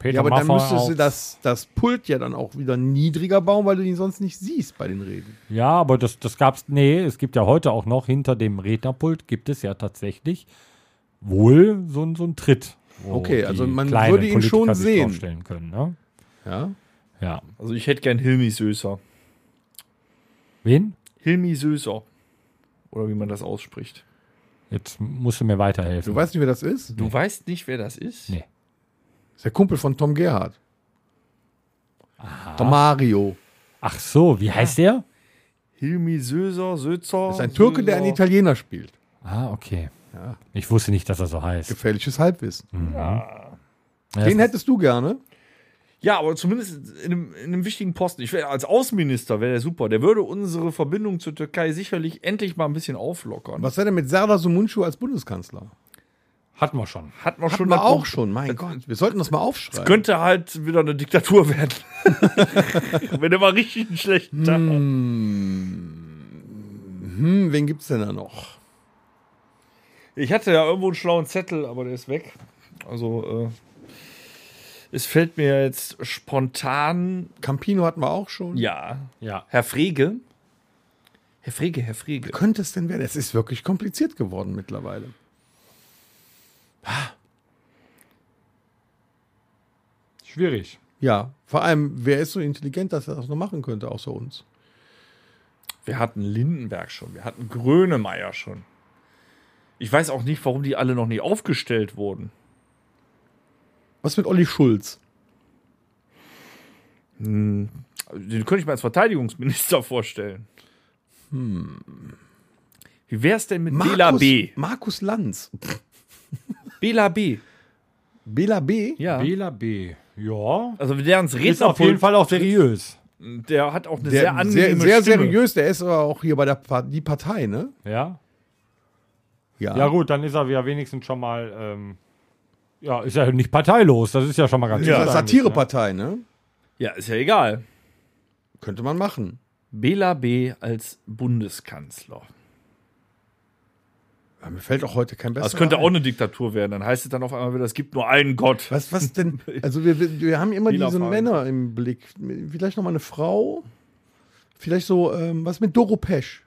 B: Peter
D: Ja, aber dann
B: Maffay
D: müsstest du
B: als-
D: das, das Pult ja dann auch wieder niedriger bauen, weil du ihn sonst nicht siehst bei den Reden.
B: Ja, aber das, das gab's. Nee, es gibt ja heute auch noch hinter dem Rednerpult gibt es ja tatsächlich wohl so, ein- so einen Tritt. wo
D: Okay,
B: die
D: also man
B: kleinen
D: würde ihn
B: Politiker
D: schon
B: sich
D: sehen.
B: draufstellen können, ne?
D: Ja.
B: Ja.
C: Also ich hätte gern Hilmi Söser.
B: Wen?
C: Hilmi Söser. Oder wie man das ausspricht.
B: Jetzt musst du mir weiterhelfen.
D: Du weißt nicht, wer das ist?
C: Du weißt nicht, wer das ist?
B: Nee.
D: ist der Kumpel von Tom Gerhardt. Der Mario.
B: Ach so, wie heißt der?
C: Hilmi Söser, Sözer.
D: Das ist ein Türke, der einen
C: Söser.
D: Italiener spielt.
B: Ah, okay. Ich wusste nicht, dass er so heißt.
D: Gefährliches Halbwissen.
B: Ja,
D: Den
B: das-
D: hättest du gerne.
C: Ja, aber zumindest in einem, in einem wichtigen Posten. Ich wär, als Außenminister wäre der super. Der würde unsere Verbindung zur Türkei sicherlich endlich mal ein bisschen auflockern.
D: Was wäre denn mit Serdar Sumuncu als Bundeskanzler?
B: hatten wir schon.
C: Hat man
D: Hatten
C: schon
D: wir
C: mal Äh,
D: auch schon, mein Gott. Wir sollten das mal aufschreiben.
C: Könnte halt wieder eine Diktatur werden. [LAUGHS] Wenn er mal richtig einen schlechten Tag hat.
D: hm, wen gibt's denn da noch?
C: Ich hatte ja irgendwo einen schlauen Zettel, aber der ist weg. Also, äh, es fällt mir jetzt spontan.
D: Campino hatten wir auch schon.
C: Ja.
B: Ja.
C: Herr Frege. Herr Frege, Herr Frege.
D: Könnte es denn werden? Es ist wirklich kompliziert geworden mittlerweile.
B: Schwierig.
D: Ja, vor allem, wer ist so intelligent, dass er das noch machen könnte, außer uns?
C: Wir hatten Lindenberg schon, wir hatten Grönemeyer schon. Ich weiß auch nicht, warum die alle noch nicht aufgestellt wurden.
D: Was mit Olli Schulz?
C: Also, Den könnte ich mir als Verteidigungsminister vorstellen. Hm. Wie wär's denn mit Bela B?
D: Markus Lanz.
C: Bela B.
D: Bela B.
C: Ja.
B: Bela B. Ja.
C: Also deren's
B: Ist auf jeden Fall auch seriös.
C: Der hat auch eine
D: Der,
C: sehr
D: sehr,
C: angenehme
D: sehr
C: Stimme.
D: seriös, der ist aber auch hier bei der Pa- die Partei, ne?
B: Ja.
D: Ah.
B: Ja, gut, dann ist er ja wenigstens schon mal. Ähm, ja, ist ja nicht parteilos. Das ist ja schon mal ganz
D: Das ist
B: gut
D: eine
B: eigentlich, ne?
D: Satirepartei, ne?
C: Ja, ist ja egal.
D: Könnte man machen.
C: Bela B als Bundeskanzler.
D: Aber mir fällt auch heute kein besserer.
C: Das Also könnte
D: ein.
C: auch eine Diktatur werden. Dann heißt es dann auf einmal wieder, es gibt nur einen Gott.
D: Was, was denn?
C: [LAUGHS]
D: Also wir, wir- wir haben immer
C: Lila
D: diese
C: Farben.
D: Männer im Blick. Vielleicht noch mal eine Frau. Vielleicht so, ähm, was mit Doro Pesch?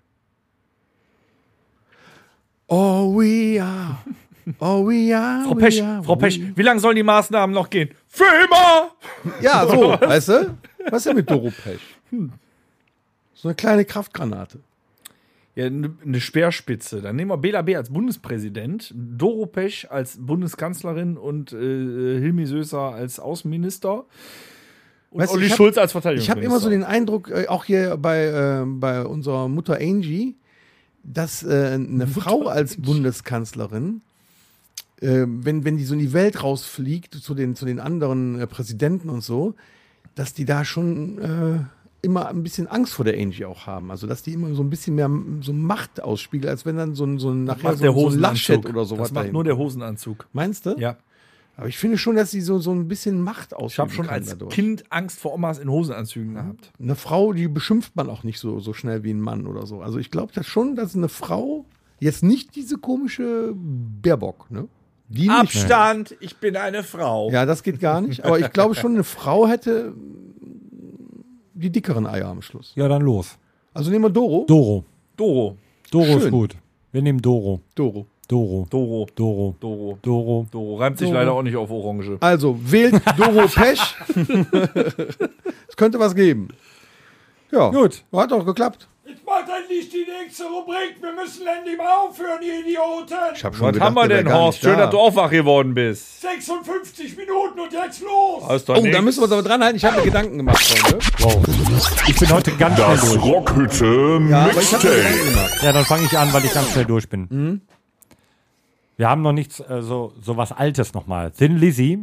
D: Oh, we are. Oh, we are.
C: Frau
D: we
C: Pech,
D: are,
C: Frau
D: we-
C: Pech, wie lange sollen die Maßnahmen noch gehen? Für immer! [LAUGHS]
D: Ja, so, weißt du? Was ist denn mit Doro Pesch?
C: Hm.
D: So eine kleine Kraftgranate.
C: Ja, ne- eine Speerspitze. Dann nehmen wir Bela B. als Bundespräsident, Doro Pech als Bundeskanzlerin und äh, Hilmi Söser als Außenminister und
D: Weißt du,
C: Olli
D: ich hab-
C: Schulz als
D: Ich
C: Verteidigungsminister.
D: habe immer so den Eindruck, äh, auch hier bei, äh, bei unserer Mutter Angie, dass äh, eine Frau als Bundeskanzlerin, äh, wenn, wenn die so in die Welt rausfliegt zu den, zu den anderen äh, Präsidenten und so, dass die da schon äh, immer ein bisschen Angst vor der Angie auch haben. Also dass die immer so ein bisschen mehr m- so Macht ausspiegelt, als wenn dann so ein, so ein nachher
C: macht
D: so,
C: der
D: so ein
C: Hosenanzug.
D: Laschet oder sowas
C: das macht
D: dahin-
C: nur der Hosenanzug.
D: Meinst du?
C: Ja.
D: Aber ich finde schon, dass sie so, so ein bisschen Macht ausspielt.
C: Ich habe schon als Kind Angst vor Omas in Hosenanzügen gehabt.
D: Eine Frau, die beschimpft man auch nicht so, so schnell wie ein Mann oder so. Also ich glaube das schon, dass eine Frau jetzt nicht diese komische Baerbock, ne? Die nicht.
C: ich bin eine Frau.
D: Ja, das geht gar nicht. Aber ich glaube schon, eine Frau hätte die dickeren Eier am Schluss.
B: Ja, dann los.
D: Also nehmen wir Doro.
B: Doro.
C: Doro,
B: Doro ist
D: Schön.
B: gut. Wir nehmen Doro.
D: Doro.
B: Doro.
C: Doro,
B: Doro.
C: Doro,
B: Doro.
C: Doro. Reimt sich leider auch nicht auf Orange.
D: Also wählt
C: [LAUGHS]
D: Doro Pech. es könnte was geben. Ja.
B: Gut.
D: Hat doch geklappt.
G: Macht endlich die nächste Rubrik. Wir müssen endlich mal aufhören, ihr Idioten.
D: Ich habe
C: Was haben wir denn, Horst? Schön, dass du auch wach geworden bist.
G: 56 Minuten und jetzt los.
C: Alles doch
D: Oh, da
C: nix.
D: müssen wir uns aber dran halten. Ich habe mir Gedanken gemacht, Freunde.
B: Ich bin heute ganz
F: Das
B: schnell durch.
F: Rockhütte
D: Aber ich habe mir
F: Mixtape.
D: Gedanken gemacht.
B: Ja, dann fange ich an, weil ich ganz schnell durch bin. Wir haben noch nichts, äh, so, so was Altes nochmal. Thin Lizzy.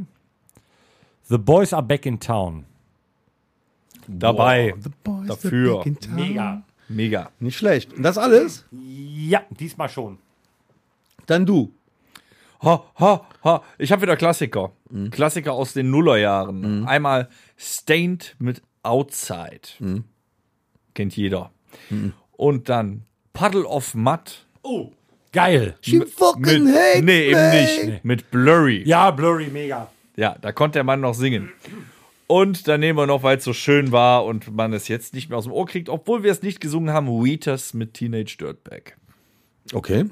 B: The Boys Are Back in Town.
C: dabei.
D: The boys are
C: Dafür.
D: back in town.
C: Mega.
D: Nicht schlecht. Und das alles?
B: Ja, diesmal schon.
D: Dann du.
C: Ha, ha, ha. Ich habe wieder Klassiker.
D: Mhm.
C: Klassiker aus den Nullerjahren. Einmal Stained mit Outside.
D: Mhm.
C: Kennt jeder. Und dann Puddle of Mud.
B: Geil.
D: She fucking
C: Mit,
D: hates
C: nee, eben
D: me.
C: nicht. Mit Blurry.
B: Ja, Blurry, mega.
C: Ja, da konnte der Mann noch singen. Und dann nehmen wir noch, weil es so schön war und man es jetzt nicht mehr aus dem Ohr kriegt, obwohl wir es nicht gesungen haben, Wheaters mit Teenage Dirtbag.
D: Okay.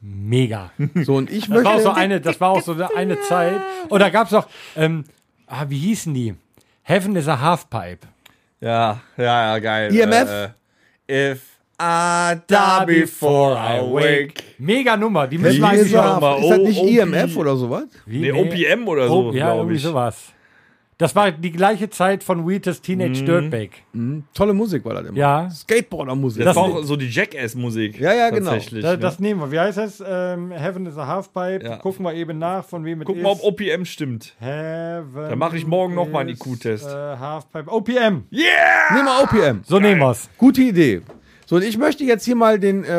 B: Mega.
D: So, und ich
B: Das
D: möchte.
B: war auch so eine, das war auch so eine Zeit. Und da gab es noch, ähm, ah, wie hießen die? Heaven is a Halfpipe.
C: Ja, ja, ja,
B: E
C: geil.
D: IMF?
C: Äh, if I die before I wake.
B: Mega Nummer, die müssen
D: Wie
B: wir
D: ist,
B: eigentlich
D: das?
B: auch
C: mal
D: ist das nicht
C: O- OP?
D: IMF oder sowas?
B: Wie,
C: Nee, OPM oder so,
B: Oh, ja,
C: glaub
B: irgendwie
C: ich.
B: sowas. Das war die gleiche Zeit von Wheatus Teenage Dirtbag.
D: Tolle Musik war das immer.
B: Ja.
D: Skateboarder-Musik.
C: Das
B: Das
C: war
B: sind-
C: auch so die Jackass-Musik.
D: Ja, ja, genau.
C: Tatsächlich,
B: Da,
C: ne?
B: Das nehmen wir. Wie heißt das? Ähm, Heaven is a Halfpipe.
C: Ja.
B: Gucken wir eben nach, von wem es
C: Guck
B: ist.
C: mal, ob OPM stimmt.
B: Heaven
C: Dann mach ich morgen noch mal einen
B: is,
C: IQ-Test.
B: Äh, Halfpipe. OPM.
D: Nehmen wir OPM.
B: So nehmen wir's.
D: Gute Idee. So, und ich möchte jetzt hier mal den äh,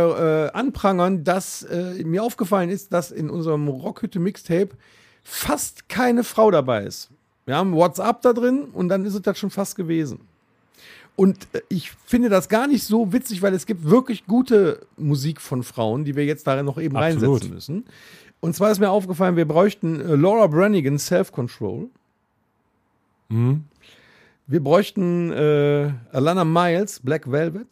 D: äh, anprangern, dass äh, mir aufgefallen ist, dass in unserem Rockhütte-Mixtape fast keine Frau dabei ist. Wir haben WhatsApp da drin und dann ist es das schon fast gewesen. Und äh, ich finde das gar nicht so witzig, weil es gibt wirklich gute Musik von Frauen, die wir jetzt darin noch eben
B: Absolut.
D: reinsetzen müssen. Und zwar ist mir aufgefallen, wir bräuchten äh, Laura Brannigan Self-Control. Wir bräuchten äh, Alana Miles Black Velvet.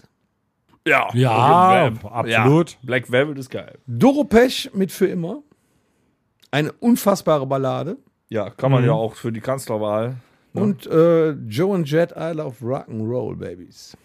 C: Ja,
B: Ja,
C: Black Velvet.
B: absolut.
C: Ja, Black Velvet ist geil.
D: Doro Pech mit Für immer. Eine unfassbare Ballade.
C: Ja, kann
B: Mhm.
C: man ja auch für die Kanzlerwahl.
D: Und äh, Joe and Jet, I love Rock'n'Roll, Babies.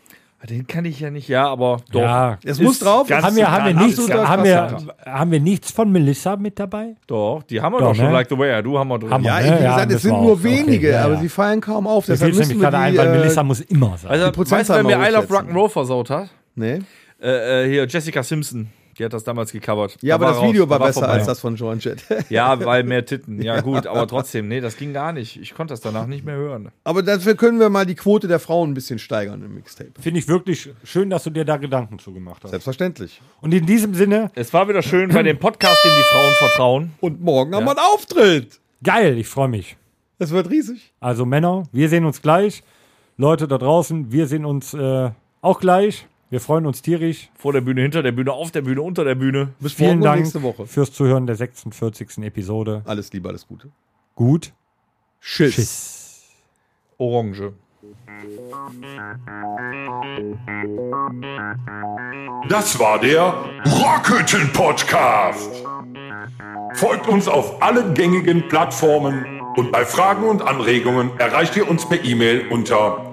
C: Ah, Den kann ich ja nicht, ja, aber doch.
B: Ja.
D: Es
C: Ist
D: muss drauf.
C: ganz-
D: es-
B: Haben wir, haben, wir
C: Absoluter
B: nichts,
C: Klassiker.
B: haben, wir, haben wir nichts von Melissa mit dabei?
C: Doch, die haben wir
B: Doch,
C: doch schon.
B: ne?
C: Like the Way I Do haben wir drin.
B: Haben wir.
D: ja, ich,
B: Ja,
D: wie
B: ja,
D: gesagt, es
B: müssen wir
D: sind nur
B: auf. Okay,
D: wenige,
B: ja, ja.
D: aber sie fallen kaum auf.
B: Das
D: Deshalb
B: fiel nämlich
D: müssen wir die,
B: gerade ein, weil
D: äh,
B: Melissa muss immer sein.
C: Also, weißt du,
D: Prozentzahl
C: wer mir
D: mal
C: I Love
D: hochsetzen.
C: Rock'n'Roll versaut hat?
D: nee.
C: Äh, äh, hier, Jessica Simpson. Die hat das damals gecovert.
D: Ja,
C: Da
D: aber das
C: raus,
D: Video
C: da
D: war besser
C: vorbei.
D: als das von Joe and Jet.
C: Ja, weil mehr Titten. Ja, gut, aber trotzdem, nee, das ging gar nicht. Ich konnte das danach nicht mehr hören.
D: [LAUGHS] aber dafür können wir mal die Quote der Frauen ein bisschen steigern im Mixtape.
B: Finde ich wirklich schön, dass du dir da Gedanken zugemacht hast.
D: Selbstverständlich.
B: Und in diesem Sinne,
C: Es war wieder schön bei dem Podcast, dem die Frauen vertrauen.
D: Und morgen haben wir einen Auftritt.
B: geil, ich freue mich.
D: Das wird riesig.
B: Also Männer, wir sehen uns gleich. Leute da draußen, wir sehen uns äh, auch gleich. Wir freuen uns tierisch.
C: Vor der Bühne, hinter der Bühne, auf der Bühne, unter der Bühne.
D: Bis
B: Vielen
D: morgen und
B: Dank
D: nächste Woche.
B: fürs Zuhören der 46. Episode.
D: Alles Liebe, alles Gute.
B: Gut.
D: Schiss.
B: Tschüss.
C: Orange.
A: Das war der Rockhütten Podcast. Folgt uns auf allen gängigen Plattformen und bei Fragen und Anregungen erreicht ihr uns per E-Mail unter